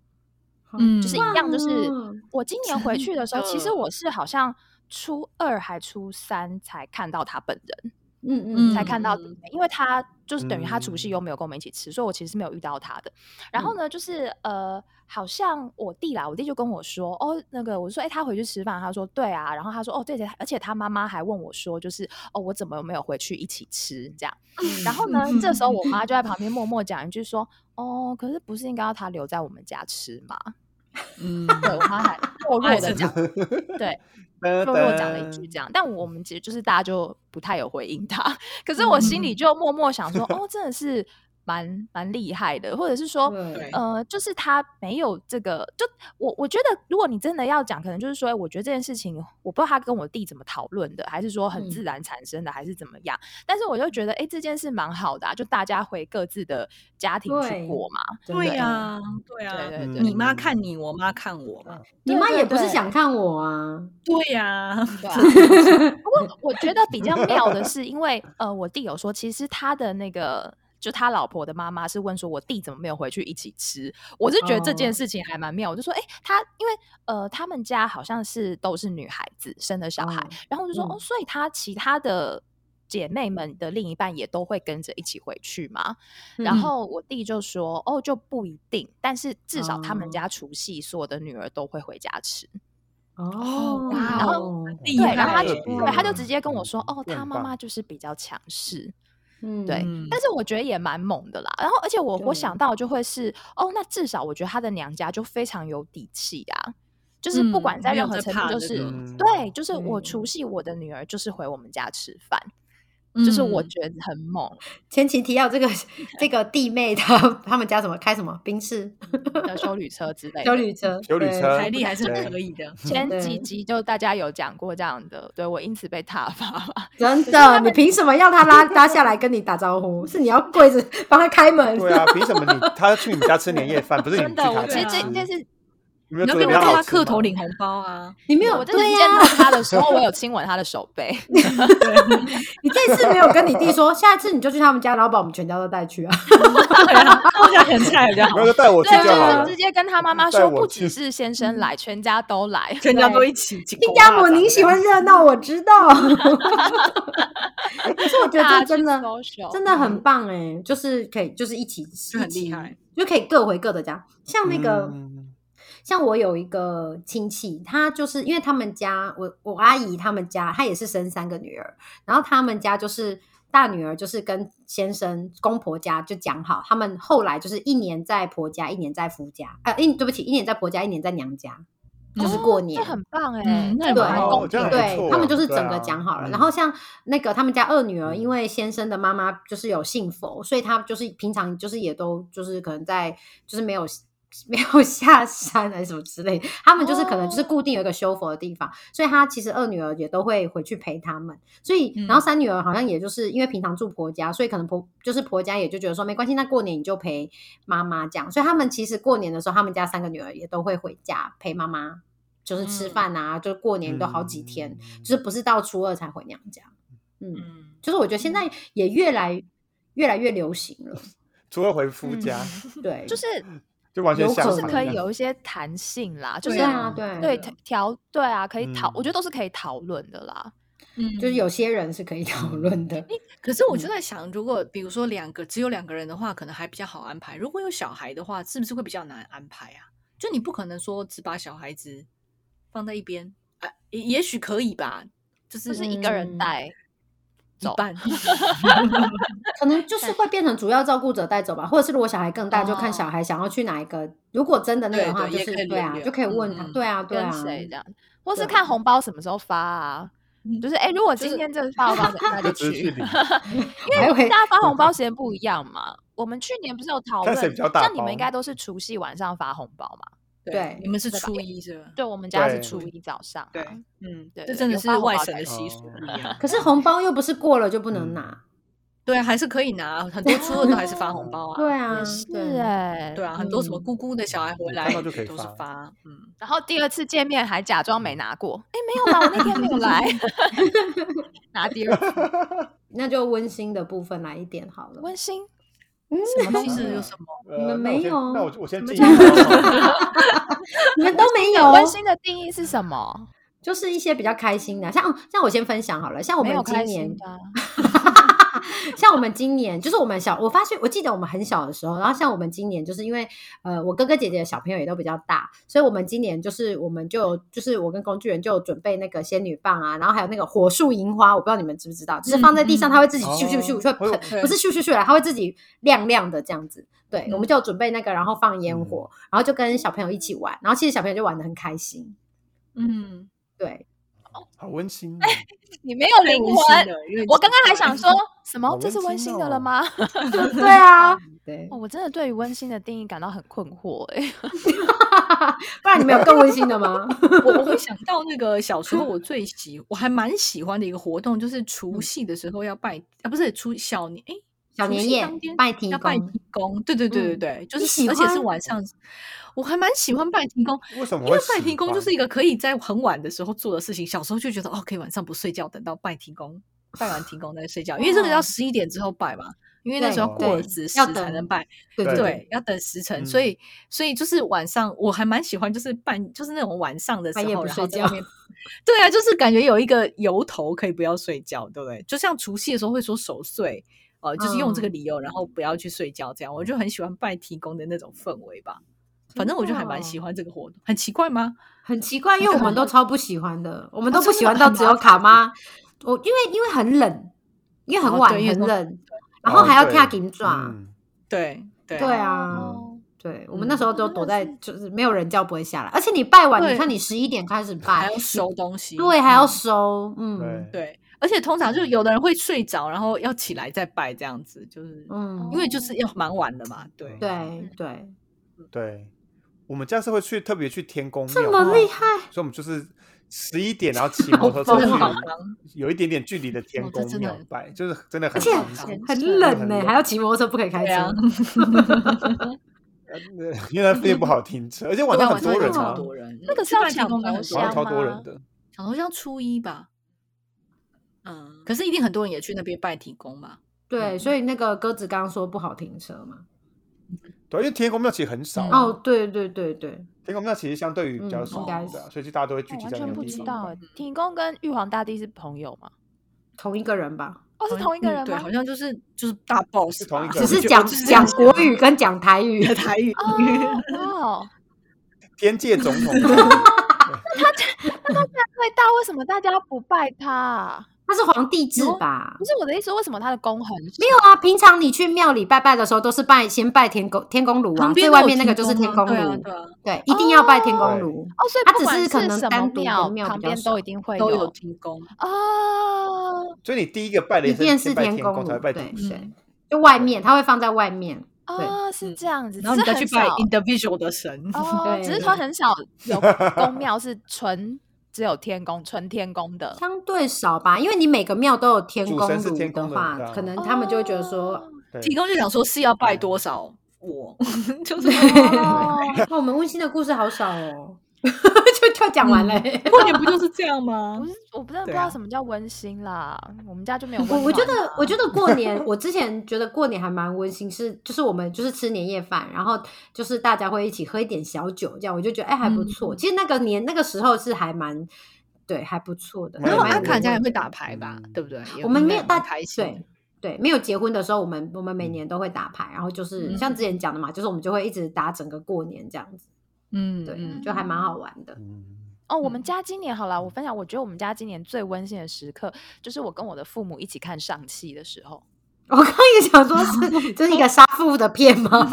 Speaker 3: 嗯
Speaker 2: 就是一样，就是
Speaker 1: 哇嗯
Speaker 2: 我今年回去的时候，其实
Speaker 3: 的
Speaker 2: 我是好像初二还初三才看到他本人。
Speaker 1: 嗯嗯
Speaker 2: 才看到弟
Speaker 3: 嗯
Speaker 2: 妹，因为他就是等于他除夕
Speaker 4: 嗯
Speaker 2: 又没有跟我们一起吃，所以我其实是没有遇到他的。然后呢，就是呃，好像我弟啦，我弟就跟我说，哦，那个我就说，哎、他回去吃饭，他说对啊，然后他说，哦，对对，而且他妈妈还问我说，就是哦，我怎么没有回去一起吃这样？
Speaker 1: 嗯
Speaker 2: 然后呢，这时候我妈就在旁边默默讲一句说，哦，可是不是应该要他留在我们家吃吗？
Speaker 3: 嗯，
Speaker 2: 对我妈还 弱弱的讲，对，
Speaker 4: 弱
Speaker 2: 弱弱讲了一句这样，但我
Speaker 1: 嗯
Speaker 2: 们其实就是大家就不太有回应他，可是我心
Speaker 1: 嗯
Speaker 2: 里就默 默想说，哦，真的是蛮蛮厉害的，或者是说，
Speaker 1: 对
Speaker 3: 对
Speaker 2: 呃，就是他没有这个，就我我觉得，如果你真的要讲，可能就是说，哎我觉得这件事情，我不知道他跟我弟怎么讨论的，还是说很
Speaker 1: 嗯
Speaker 2: 自然产生的，还是怎么样，但是我就觉得，哎，这件事蛮好的、啊，就大家回各自的家庭
Speaker 1: 对
Speaker 2: 去过嘛，
Speaker 1: 真的
Speaker 3: 对呀，对嗯
Speaker 2: 对
Speaker 3: 啊，
Speaker 2: 对
Speaker 4: 嗯
Speaker 2: 对。
Speaker 3: 你妈看你，我妈看我嘛，
Speaker 1: 你
Speaker 2: 对
Speaker 1: 妈
Speaker 2: 对
Speaker 1: 也不是
Speaker 2: 对
Speaker 1: 想看我啊，
Speaker 3: 对呀，
Speaker 2: 对啊，不 过我觉得比较妙的是，因为呃，我弟有说，其实他的那个。就他老婆的妈妈是问说，我弟怎么没有回去一起吃？我是觉得这件
Speaker 1: 哦
Speaker 2: 事情还蛮妙，我就说，哎、他因为呃，他们家好像是都是女孩子生的小孩，
Speaker 1: 哦
Speaker 2: 然后我就说，哦，
Speaker 1: 嗯
Speaker 2: 所以他其他的姐妹们的另一半也都会跟着一起回去吗？然
Speaker 1: 嗯
Speaker 2: 后我弟就说，哦，就不一定，但是至少他
Speaker 1: 哦
Speaker 2: 们家除夕所有的女儿都会回家吃。
Speaker 1: 哦，
Speaker 3: 哇
Speaker 1: 哇
Speaker 2: 哦
Speaker 1: 哦，
Speaker 3: 厉
Speaker 2: 对，然后他
Speaker 3: 害
Speaker 4: 特
Speaker 2: 就
Speaker 4: 别
Speaker 2: 对他就直接跟我
Speaker 4: 嗯
Speaker 2: 说，哦，
Speaker 4: 这
Speaker 2: 他
Speaker 4: 很
Speaker 2: 妈
Speaker 4: 棒
Speaker 2: 妈就是比较强势，
Speaker 1: 嗯
Speaker 2: 对，
Speaker 3: 嗯
Speaker 2: 但是我觉得也蛮猛的啦。然后，而且我我
Speaker 1: 对
Speaker 2: 想到就会是，哦，那至少我觉得他的娘家就非常有底气啊，就是不管
Speaker 3: 嗯
Speaker 2: 在
Speaker 3: 没有
Speaker 2: 任何
Speaker 3: 在
Speaker 2: 程
Speaker 3: 怕
Speaker 4: 嗯
Speaker 2: 度，就
Speaker 3: 这
Speaker 2: 是
Speaker 3: 个
Speaker 2: 对，就是我
Speaker 1: 对
Speaker 2: 除夕我的女儿就是回我们家吃饭，就是我
Speaker 3: 嗯
Speaker 2: 觉得很猛。
Speaker 1: 前情提要，这个 这个弟妹她 他们家什么开什么宾士
Speaker 2: 的修旅车之 类
Speaker 1: 修
Speaker 2: 的。
Speaker 1: 旅车，
Speaker 4: 修旅
Speaker 1: 对
Speaker 4: 车
Speaker 3: 财力还是
Speaker 4: 对
Speaker 3: 可以的。
Speaker 2: 前
Speaker 1: 对
Speaker 2: 几集就大家有讲过这样的，对我因此被挞伐嘛。
Speaker 1: 真的，你凭什么要他拉拉下来跟你打招呼？ 是你要跪着帮他开门？
Speaker 4: 对啊，凭什么你他去你家吃年夜饭，不是你
Speaker 2: 真
Speaker 4: 去
Speaker 2: 的，
Speaker 4: 他
Speaker 2: 我
Speaker 4: 家
Speaker 2: 其实
Speaker 4: 吃？
Speaker 2: 这件事，
Speaker 4: 你没有
Speaker 3: 你
Speaker 4: 做
Speaker 3: 要给
Speaker 4: 得比
Speaker 3: 我在
Speaker 4: 较好
Speaker 3: 他
Speaker 4: 吃
Speaker 3: 磕
Speaker 4: 吗
Speaker 3: 头领红包 啊！
Speaker 1: 你没有
Speaker 2: 我真的
Speaker 1: 对
Speaker 2: 见
Speaker 1: 呀、
Speaker 2: 到他的时 候，我有亲吻他的手背。
Speaker 1: 你这次没有跟你弟说， 下一次你就去他们家，然后把我们全家都带去啊！
Speaker 3: 这样很菜比较好
Speaker 4: 没有，就带我去
Speaker 2: 对，
Speaker 4: 就好
Speaker 2: 就是
Speaker 4: 了
Speaker 2: 直。接跟他妈妈
Speaker 4: 带
Speaker 2: 说，
Speaker 4: 我
Speaker 2: 不
Speaker 4: 去嗯
Speaker 2: 只是先生来，全家 都来。
Speaker 3: 全家都一起。
Speaker 1: 新加坡，你喜欢热闹，我知道。可是我 觉得这真的真的
Speaker 2: 嗯
Speaker 1: 很棒哎、就是可以，就是一起
Speaker 3: 就很厉，
Speaker 1: 一
Speaker 3: 害
Speaker 1: 起就可以各回各的家。像那个，
Speaker 4: 嗯
Speaker 1: 像我有一个亲戚，他就是因为他们家，我我阿姨他们家，她也是生三个女儿，然后他们家就是大女儿就是跟先生公婆家就讲好，他们后来就是一年在婆家，一年在夫家，呃，一对不起，一年在婆家，一年在娘家，就是过年。
Speaker 2: 哦这很棒哎
Speaker 3: 嗯，那也
Speaker 2: 这
Speaker 1: 蛮
Speaker 2: 蛮
Speaker 1: 好
Speaker 2: 公
Speaker 4: 这
Speaker 2: 平
Speaker 4: 样
Speaker 2: 的。
Speaker 4: 很不
Speaker 1: 对
Speaker 4: 错
Speaker 1: 他们就是
Speaker 4: 对
Speaker 1: 整个
Speaker 4: 啊
Speaker 1: 讲好了。
Speaker 4: 嗯
Speaker 1: 然后像那个他们家二女儿，
Speaker 4: 嗯
Speaker 1: 因为先生的妈妈就是有信佛，所以她就是平常就是也都就是可能在就是没有。 没有下山还是什么之类的，他们就是可能就是
Speaker 2: 哦
Speaker 1: 固定有一个修佛的地方，所以她其实二女儿也都会回去陪他们，所以
Speaker 3: 嗯
Speaker 1: 然后三女儿好像也就是因为平常住婆家，所以可能婆就是婆家也就觉得说没关系，那过年你就陪妈妈这样，所以他们其实过年的时候，他们家三个女儿也都会回家陪妈妈，就是吃
Speaker 3: 嗯
Speaker 1: 饭啊，就过年都好
Speaker 2: 嗯
Speaker 1: 几天，，就是不是到初二才回娘家。嗯，
Speaker 3: 嗯，
Speaker 1: 就是我觉得现在也越来越来越流行了，
Speaker 4: 除了回 夫家，
Speaker 1: 对，
Speaker 2: 嗯 就是
Speaker 4: 就完全
Speaker 1: 有可
Speaker 4: 相
Speaker 1: 能
Speaker 4: 反
Speaker 2: 是
Speaker 4: 的
Speaker 2: 可以
Speaker 4: 感觉
Speaker 2: 有一些弹性啦，就
Speaker 1: 对
Speaker 2: 是
Speaker 1: 啊，对
Speaker 2: 对调对啊，可以讨，
Speaker 4: 嗯
Speaker 2: 我觉得都是可以讨论的啦。
Speaker 3: 嗯
Speaker 1: 就是有些人是可以讨
Speaker 2: 嗯
Speaker 1: 论的，
Speaker 3: 可是我就在想，如果比如说两个只有两个人的话，可能还比较好安排；如果有小孩的话，是不是会比较难安排啊？就你不可能说只把小孩子放在一边啊，也也许可以吧，就是
Speaker 2: 就是一个人
Speaker 1: 嗯
Speaker 2: 带，
Speaker 3: 一半。
Speaker 1: 可能就是会变成主要照顾者带走吧，或者是如果小孩更大，就看
Speaker 3: 哦
Speaker 1: 小孩想要去哪一个。如果真的那个的
Speaker 3: 对
Speaker 1: 话，
Speaker 3: 对
Speaker 1: 就
Speaker 3: 也
Speaker 1: 是
Speaker 3: 可以
Speaker 1: 对啊
Speaker 3: 轮，流
Speaker 1: 就可以问他，
Speaker 3: 嗯嗯
Speaker 1: 对啊，对
Speaker 2: 跟
Speaker 1: 啊，
Speaker 2: 谁这样，或
Speaker 4: 啊
Speaker 2: 是
Speaker 1: 对
Speaker 2: 看红包什么时候发啊。
Speaker 3: 嗯
Speaker 2: 就是哎、诶如果
Speaker 3: 就
Speaker 2: 今
Speaker 3: 是
Speaker 2: 天这个发红包，那就
Speaker 4: 就只是去
Speaker 2: 去
Speaker 4: 领。
Speaker 1: 还
Speaker 2: 因为
Speaker 1: 会
Speaker 2: 大家发红包时间不一样嘛。我们去年不是有讨
Speaker 4: 看
Speaker 2: 论，
Speaker 4: 谁比较大
Speaker 2: 像你们
Speaker 4: 包
Speaker 2: 应该都是除夕晚上发红包嘛？
Speaker 1: 对
Speaker 3: 你们是
Speaker 2: 对吧
Speaker 3: 初一是吧？
Speaker 2: 对，我们家是
Speaker 4: 对
Speaker 2: 初一早上、啊。
Speaker 3: 对嗯，
Speaker 2: 对
Speaker 3: 这
Speaker 2: 对
Speaker 3: 真的
Speaker 2: 有
Speaker 3: 是
Speaker 2: 发红
Speaker 3: 外
Speaker 2: 包
Speaker 3: 省
Speaker 2: 才
Speaker 3: 的
Speaker 4: 行
Speaker 3: 习俗不一 样。
Speaker 1: 可是红包又不是过了就不能
Speaker 4: 嗯
Speaker 1: 拿，
Speaker 3: 对啊，还是可以拿，很多初二都还是发红包啊。
Speaker 1: 对啊，
Speaker 2: 是
Speaker 1: 对
Speaker 2: 哎、
Speaker 3: 对啊，很多什么
Speaker 1: 嗯
Speaker 3: 姑姑的小孩回
Speaker 4: 看
Speaker 3: 来
Speaker 4: 到就可以
Speaker 3: 都是
Speaker 4: 发
Speaker 3: 发，嗯，
Speaker 2: 然后第二次见面还假装没拿过，哎、没有啦，我那天没有 来，拿第二次
Speaker 1: 那就温馨的部分来一点好了。嗯
Speaker 2: 温馨。
Speaker 3: 什么东
Speaker 4: 东
Speaker 3: 西
Speaker 4: 西
Speaker 3: 有
Speaker 4: 啊
Speaker 3: 什么？
Speaker 4: 呃
Speaker 1: 你们
Speaker 4: 那我
Speaker 1: 没
Speaker 4: 先
Speaker 1: 有
Speaker 4: 那我就我先
Speaker 3: 你们
Speaker 4: 进
Speaker 3: 这
Speaker 4: 一步。
Speaker 1: 你们都没
Speaker 4: 哦
Speaker 1: 有，哦
Speaker 2: 温馨的定义是什么？
Speaker 1: 就是一些比较开心的，像哦像我先分享好了，像我
Speaker 2: 没
Speaker 1: 们
Speaker 2: 有
Speaker 1: 今
Speaker 2: 开
Speaker 1: 年
Speaker 2: 心的啊、
Speaker 1: 像我们今年，就是我们小，我发现我记得我们很小的时候，然后像我们今年，就是因为呃，我哥哥姐姐的小朋友也都比较大，所以我们今年就是我们就有就是我跟工具人就有准备那个仙女棒啊，然后还有那个火树银花，我不知道你们知不知道，就是放在地上，
Speaker 3: 嗯
Speaker 1: 它会自己
Speaker 4: 哦
Speaker 1: 咻咻咻就会
Speaker 4: 我有
Speaker 1: 喷，不是咻咻咻啦，它会自己亮亮的这样子。对，
Speaker 2: 嗯
Speaker 1: 我们就有准备那个，然后放
Speaker 4: 嗯
Speaker 1: 烟火，然后就跟小朋友一起玩，然后其实小朋友就玩的很开心。
Speaker 3: 嗯，
Speaker 1: 对，
Speaker 4: 好温馨哦，
Speaker 2: 你没有
Speaker 3: 太
Speaker 2: 灵
Speaker 3: 温
Speaker 2: 魂
Speaker 3: 馨。了，因为
Speaker 2: 我刚刚还想说什
Speaker 4: 好
Speaker 2: 么？这是
Speaker 4: 温
Speaker 2: 温
Speaker 4: 馨
Speaker 2: 馨的了
Speaker 4: 哦
Speaker 2: 吗？
Speaker 1: 对啊，对，
Speaker 2: 哦，我真的对于温馨的定义感到很困惑哎、
Speaker 1: 不然你们有更温馨的 吗？
Speaker 3: 我我会想到那个小时候
Speaker 1: 嗯
Speaker 3: 我最喜，我还蛮喜欢的一个活动，就是除夕的时候要拜啊，不是除小年哎，
Speaker 1: 小
Speaker 3: 除
Speaker 1: 年
Speaker 3: 夕
Speaker 1: 夜
Speaker 3: 当天
Speaker 1: 拜提
Speaker 3: 要拜
Speaker 1: 公
Speaker 3: 提公，对对对对
Speaker 1: 嗯
Speaker 3: 对，就
Speaker 1: 你
Speaker 3: 是
Speaker 1: 喜
Speaker 3: 而且是
Speaker 1: 欢
Speaker 3: 晚上，我还蛮喜欢拜提公，
Speaker 4: 为什么
Speaker 3: 因
Speaker 4: 会
Speaker 3: 为
Speaker 4: 喜
Speaker 3: 拜提公就
Speaker 4: 欢
Speaker 3: 是一个可以在很晚的时候做的事情。小时候就觉得哦，可以晚上不睡觉，等到拜提公，拜完提公再睡觉，因为这个要
Speaker 2: 哦
Speaker 3: 十一点之后拜嘛，因为那
Speaker 1: 对
Speaker 3: 时候要过了
Speaker 1: 对
Speaker 3: 子时
Speaker 1: 要
Speaker 3: 才
Speaker 1: 等
Speaker 3: 能拜。
Speaker 1: 对
Speaker 4: 对
Speaker 1: 对，
Speaker 3: 对，要等时辰，所
Speaker 4: 嗯
Speaker 3: 以所以就是晚上，我还蛮喜欢，就是半就是那种晚上的时
Speaker 1: 半夜
Speaker 3: 候，
Speaker 1: 不
Speaker 3: 然
Speaker 1: 睡
Speaker 3: 后在
Speaker 1: 觉
Speaker 3: 外面。 对啊，就是感觉有一个由头可以不要睡觉，对不对？就像除夕的时候会说守岁，呃，就是用这个
Speaker 1: 嗯
Speaker 3: 理由，然后不要去睡觉，这样我就很喜欢拜提公的那种氛围吧。反
Speaker 1: 真
Speaker 3: 正我就
Speaker 1: 的
Speaker 3: 还蛮
Speaker 1: 哦
Speaker 3: 喜欢这个活动，很奇怪吗？
Speaker 1: 很奇怪，因为我们都超不喜欢的，我们都
Speaker 3: 啊
Speaker 1: 不
Speaker 3: 真
Speaker 1: 喜
Speaker 3: 的
Speaker 1: 欢到
Speaker 3: 很
Speaker 1: 只
Speaker 3: 麻
Speaker 1: 有卡
Speaker 3: 烦
Speaker 1: 妈。我因为因为很冷，因为很
Speaker 3: 哦
Speaker 1: 晚
Speaker 3: 对因为
Speaker 1: 很
Speaker 3: 都
Speaker 1: 冷，然后
Speaker 4: 哦
Speaker 1: 还要
Speaker 4: 对
Speaker 1: 跳金爪，
Speaker 4: 嗯
Speaker 3: 对对
Speaker 2: 哦
Speaker 1: 对啊，
Speaker 4: 嗯
Speaker 1: 对我们那时候
Speaker 2: 嗯
Speaker 1: 都
Speaker 2: 真
Speaker 1: 躲
Speaker 2: 的
Speaker 1: 在，
Speaker 2: 是
Speaker 1: 就是没有人叫不会下来，而且你拜完，
Speaker 3: 对
Speaker 1: 你看你十一点开始
Speaker 3: 还
Speaker 1: 拜
Speaker 3: 要，收东
Speaker 1: 啊
Speaker 3: 西，
Speaker 1: 对，还要
Speaker 3: 嗯
Speaker 1: 收，嗯
Speaker 4: 对
Speaker 3: 对，而且通常就有的人会睡着，然后要起来再拜这样子，就是、
Speaker 1: 嗯
Speaker 3: 因，为就是要蛮晚的嘛，对，
Speaker 1: 对对，
Speaker 4: 对，我们家是会去特别去天宫庙，
Speaker 1: 这么厉害，
Speaker 4: 所以我们就是十一点，然后骑摩托车
Speaker 1: 好
Speaker 4: 去
Speaker 1: 疯
Speaker 3: 哦
Speaker 4: 有一点点距离的天
Speaker 3: 哦这
Speaker 4: 宫
Speaker 3: 真的
Speaker 4: 庙
Speaker 3: 很
Speaker 4: 拜，就是真的
Speaker 1: 而
Speaker 4: 很
Speaker 1: 且
Speaker 4: 夸张
Speaker 1: 很冷呢，
Speaker 4: 很
Speaker 1: 还要骑摩托车，不可以开
Speaker 3: 对啊
Speaker 1: 车，
Speaker 4: 呃因为那边不好停车，而且晚
Speaker 3: 晚
Speaker 4: 上
Speaker 3: 上
Speaker 4: 很多
Speaker 1: 会
Speaker 4: 人
Speaker 1: 有
Speaker 4: 啊
Speaker 1: 很，
Speaker 3: 多人，
Speaker 2: 那个是
Speaker 3: 吃
Speaker 2: 要
Speaker 3: 饭
Speaker 2: 抢
Speaker 3: 抢
Speaker 2: 功
Speaker 3: 头
Speaker 2: 能
Speaker 4: 晚上
Speaker 2: 箱
Speaker 4: 超
Speaker 2: 吗
Speaker 4: 多人的。
Speaker 3: 抢头像初一吧，
Speaker 2: 嗯，
Speaker 3: 可是一定很多人也去那边拜提公嘛，
Speaker 1: 对，所以那个鸽子刚刚说不好停车嘛，
Speaker 4: 对，因为天宫庙其实很少，啊
Speaker 1: 哦，对对对对，
Speaker 4: 天宫庙其实相对于比较
Speaker 1: 嗯
Speaker 4: 少
Speaker 1: 应该是
Speaker 4: 的，所以就大家都会聚
Speaker 2: 我
Speaker 4: 集
Speaker 2: 哦完
Speaker 4: 在那
Speaker 2: 全
Speaker 4: 个
Speaker 2: 不
Speaker 4: 地
Speaker 2: 知
Speaker 4: 方嗯
Speaker 2: 道
Speaker 4: 拜。
Speaker 2: 欸，挺公跟玉皇大帝是朋友吗？
Speaker 1: 同一个人吧，
Speaker 2: 哦，是同一个人
Speaker 3: 嗯对，
Speaker 2: 吗
Speaker 3: 好？像就是就是大 boss，
Speaker 4: 是同一
Speaker 3: 吧
Speaker 1: 只
Speaker 4: 个人
Speaker 1: 是
Speaker 3: 就
Speaker 1: 讲
Speaker 3: 我就是
Speaker 1: 讲国语跟讲台语，
Speaker 3: 台语，
Speaker 2: 哦，哇！
Speaker 4: 天界总统
Speaker 2: 最大为什么大家不拜他啊？
Speaker 1: 他是皇帝制吧
Speaker 2: 不？是我的意思，为什么他的功很
Speaker 1: 没
Speaker 2: 没
Speaker 1: 有啊，平常你去庙里拜拜的时候，都是拜先拜天公天公炉啊，
Speaker 3: 旁
Speaker 1: 最
Speaker 3: 边
Speaker 1: 外
Speaker 3: 都有
Speaker 1: 面那个
Speaker 3: 提
Speaker 1: 就是天
Speaker 3: 公
Speaker 1: 公
Speaker 3: 啊对啊
Speaker 1: 炉，
Speaker 3: 对啊，
Speaker 1: 对，一定要拜天公炉。
Speaker 2: 哦，所以
Speaker 1: 它
Speaker 2: 不
Speaker 1: 只
Speaker 2: 管
Speaker 1: 是可能
Speaker 2: 什么
Speaker 1: 单独的
Speaker 2: 庙
Speaker 1: 庙比
Speaker 2: 旁
Speaker 1: 较
Speaker 2: 边
Speaker 1: 少
Speaker 2: 都一定会
Speaker 3: 都有
Speaker 2: 有
Speaker 3: 提公，
Speaker 2: 啊
Speaker 4: 所以你第一个拜的
Speaker 1: 一定
Speaker 4: 是
Speaker 1: 是
Speaker 4: 先拜
Speaker 1: 天
Speaker 4: 天
Speaker 1: 公
Speaker 4: 才
Speaker 1: 炉，
Speaker 4: 会拜
Speaker 1: 对
Speaker 4: 地
Speaker 3: 公
Speaker 1: 对，就外面，它会放在外面。
Speaker 2: 啊，是
Speaker 3: 嗯
Speaker 2: 这样子，
Speaker 3: 然后
Speaker 2: 只
Speaker 3: 你
Speaker 2: 是很
Speaker 3: 再去拜
Speaker 2: 少
Speaker 3: individual 的神，
Speaker 2: 哦，只是
Speaker 1: 对
Speaker 2: 说很少有宫庙是纯只有天宫，纯天宫的。
Speaker 1: 相对少吧，因为你每个庙都有天
Speaker 4: 主
Speaker 1: 公
Speaker 4: 神是
Speaker 1: 炉
Speaker 4: 天公的
Speaker 1: 话
Speaker 4: 对啊，
Speaker 1: 可能他们就会觉得
Speaker 2: 哦
Speaker 1: 说，
Speaker 4: 对
Speaker 3: 提公就想说是要拜多少我， 就是
Speaker 2: 哦，
Speaker 1: 哦，我们温馨的故事好少哦， 就就讲完了欸。
Speaker 3: 过年不就是这样吗
Speaker 2: 不？是，我不真的不
Speaker 3: 对
Speaker 2: 知道
Speaker 3: 啊
Speaker 2: 什么叫温馨啦，我们家就没有温
Speaker 1: 我
Speaker 2: 暖啊。
Speaker 1: 我觉 得，我觉得过年，我之前觉得过年还蛮温馨，是就是我们就是吃年夜饭，然后就是大家会一起喝一点小酒，这样我就觉得哎、还不错。其实那个年那个时候是还蛮对还不错的。
Speaker 4: 然
Speaker 3: 然后
Speaker 4: 后
Speaker 1: 还蛮
Speaker 3: 阿
Speaker 4: 安
Speaker 3: 卡
Speaker 4: 卡
Speaker 3: 家
Speaker 4: 家
Speaker 3: 也
Speaker 4: 也
Speaker 3: 会
Speaker 4: 会
Speaker 3: 打
Speaker 4: 打
Speaker 3: 牌
Speaker 4: 牌
Speaker 3: 吧
Speaker 4: 吧，
Speaker 3: 对不对？
Speaker 1: 我们没有大
Speaker 3: 开心，
Speaker 1: 对对，没有结婚的时候，我们我们每年都会打牌，然后就是、像之前讲的嘛，就是我们就会一直打整个过年这样子，
Speaker 3: 嗯，
Speaker 1: 对，
Speaker 3: 嗯
Speaker 1: 就还蛮好玩的。
Speaker 4: 嗯
Speaker 2: 哦，我们
Speaker 3: 嗯
Speaker 2: 家今年好啦，我分享，我觉得我们家今年最温馨的时刻，就是我跟我的父母一起看上戏的时候，
Speaker 1: 我刚刚也想说是这是一个杀父的片吗？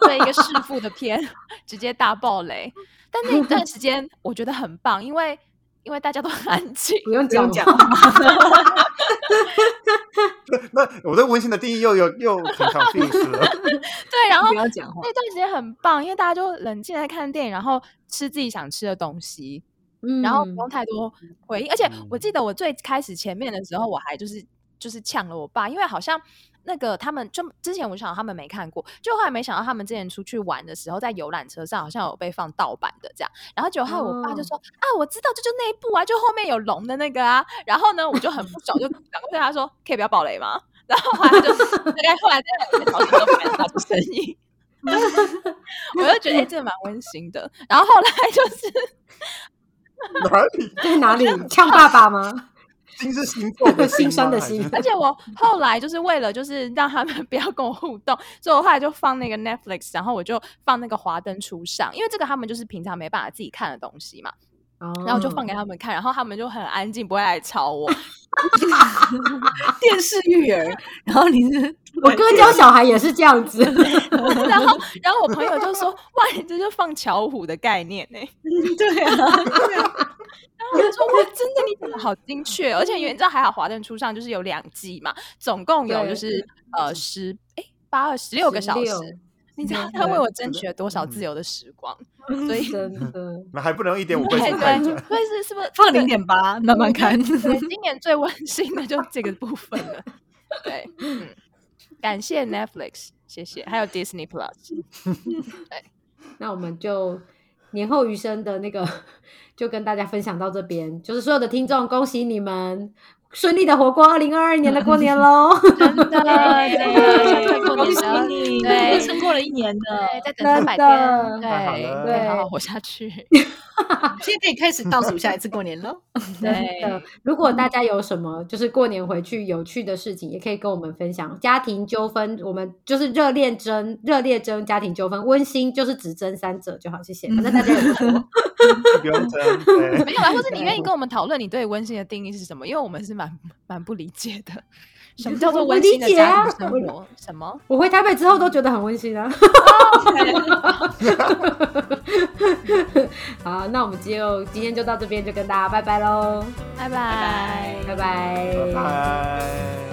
Speaker 2: 对一个弑父的片， 直接大爆雷。但那一段时间我觉得很棒，因为因为大家都很安静，
Speaker 1: 不用
Speaker 3: 不用
Speaker 1: 讲
Speaker 3: 讲
Speaker 1: 话，
Speaker 4: 那我对温馨的定义又有又很 confused 了。
Speaker 2: 对，然后
Speaker 3: 不要讲话，
Speaker 2: 那段时间很棒，因为大家就冷静在看电影，然后吃自己想吃的东西，
Speaker 1: 嗯
Speaker 2: 然后不用太多回忆。而且我
Speaker 4: 嗯
Speaker 2: 记得我最开始前面的时候，我还就是就是呛了我爸，因为好像那个他们就之前我想到他们没看过，就后来没想到他们之前出去玩的时候，在游览车上好像有被放盗版的这样，然后结果后来我爸就
Speaker 1: 哦
Speaker 2: 说、啊，我知道，这就那一部啊，就后面有龙的那个啊。然后呢，我就很不爽，就赶快对他说，可以不要暴雷吗？然后后来就是大概后来在两个小时都没有发出声音。 我就觉得、欸、这蛮温馨的，然后后来就是
Speaker 4: 哪里？
Speaker 1: 在哪里呛爸爸吗？
Speaker 4: 心是星座的
Speaker 1: 心酸的
Speaker 4: 心
Speaker 1: 心
Speaker 4: 吗。
Speaker 2: 而且我后来就是为了就是让他们 不要跟我互动，所以我后来就放那个 Netflix，然后我就放那个《华灯初上》，因为这个他们就是平常没办法自己看的东西嘛，然后我就
Speaker 1: 哦
Speaker 2: 放给他们看，然后他们就很安静，不会来吵我。
Speaker 3: 电视育儿，然后你 是
Speaker 1: 我哥教小孩也是这样子，
Speaker 2: 然后，然后我朋友就说：“哇，你这就放巧虎的概念呢、
Speaker 3: 对啊，
Speaker 2: 然后我就说：“哇，真的，你讲的好精确，哦而且因为你知道，还好《华灯初上》就是有两季嘛，总共有就
Speaker 1: 对
Speaker 2: 是呃十哎八二 十六个小时。
Speaker 1: 16
Speaker 2: 你知道
Speaker 1: 嗯
Speaker 2: 他为
Speaker 1: 对
Speaker 2: 我争取了多少自由的时光，
Speaker 3: 嗯
Speaker 2: 所以
Speaker 1: 真的。
Speaker 4: 那还不能一点五 倍
Speaker 2: 对啊
Speaker 4: 速看一
Speaker 2: 对，
Speaker 4: 下。
Speaker 2: 所以是是不是
Speaker 3: 放
Speaker 2: 对
Speaker 3: 零点八，慢慢看。
Speaker 2: 对，今年最温馨的就这个部分了。 对，嗯，感谢 Netflix，谢谢，还有 Disney Plus。
Speaker 1: 那我们就年后余生的那个就跟大家分享到这边，就是所有的听众，恭喜你们顺利的活过二零二二年的过年喽！
Speaker 2: 真的，真的，过
Speaker 3: 恭
Speaker 2: 年
Speaker 3: 喜
Speaker 2: 了，
Speaker 3: 你，
Speaker 2: 对
Speaker 3: 撑过了一年 的，
Speaker 2: 对，再 等
Speaker 1: 真
Speaker 2: 三百
Speaker 1: 的
Speaker 2: 天，
Speaker 4: 太好
Speaker 2: 对，
Speaker 4: 了
Speaker 2: 可以好好活下去。
Speaker 3: 现在可以开始倒数下一次过年了。
Speaker 1: 真的
Speaker 2: 对，
Speaker 1: 如果大家有什么就是过年回去有趣的事情，也可以跟我们分享。家庭纠纷，我们就是热 恋争，热烈争家庭纠纷，温馨就是只争三者就好，谢谢。反正大家有，
Speaker 4: 不用争。对
Speaker 2: 没有啊，或者你愿意跟我们讨论你对温馨的定义是什么？因为我们是蛮蛮不理解的，什么叫做温馨的家庭生
Speaker 1: 我理解
Speaker 2: 活？什么？
Speaker 1: 我回台北之后都觉得很温馨啊。好，那我们就今天就到这边，就跟大家拜拜喽，
Speaker 2: 拜拜
Speaker 3: 拜
Speaker 1: 拜拜
Speaker 4: 拜拜。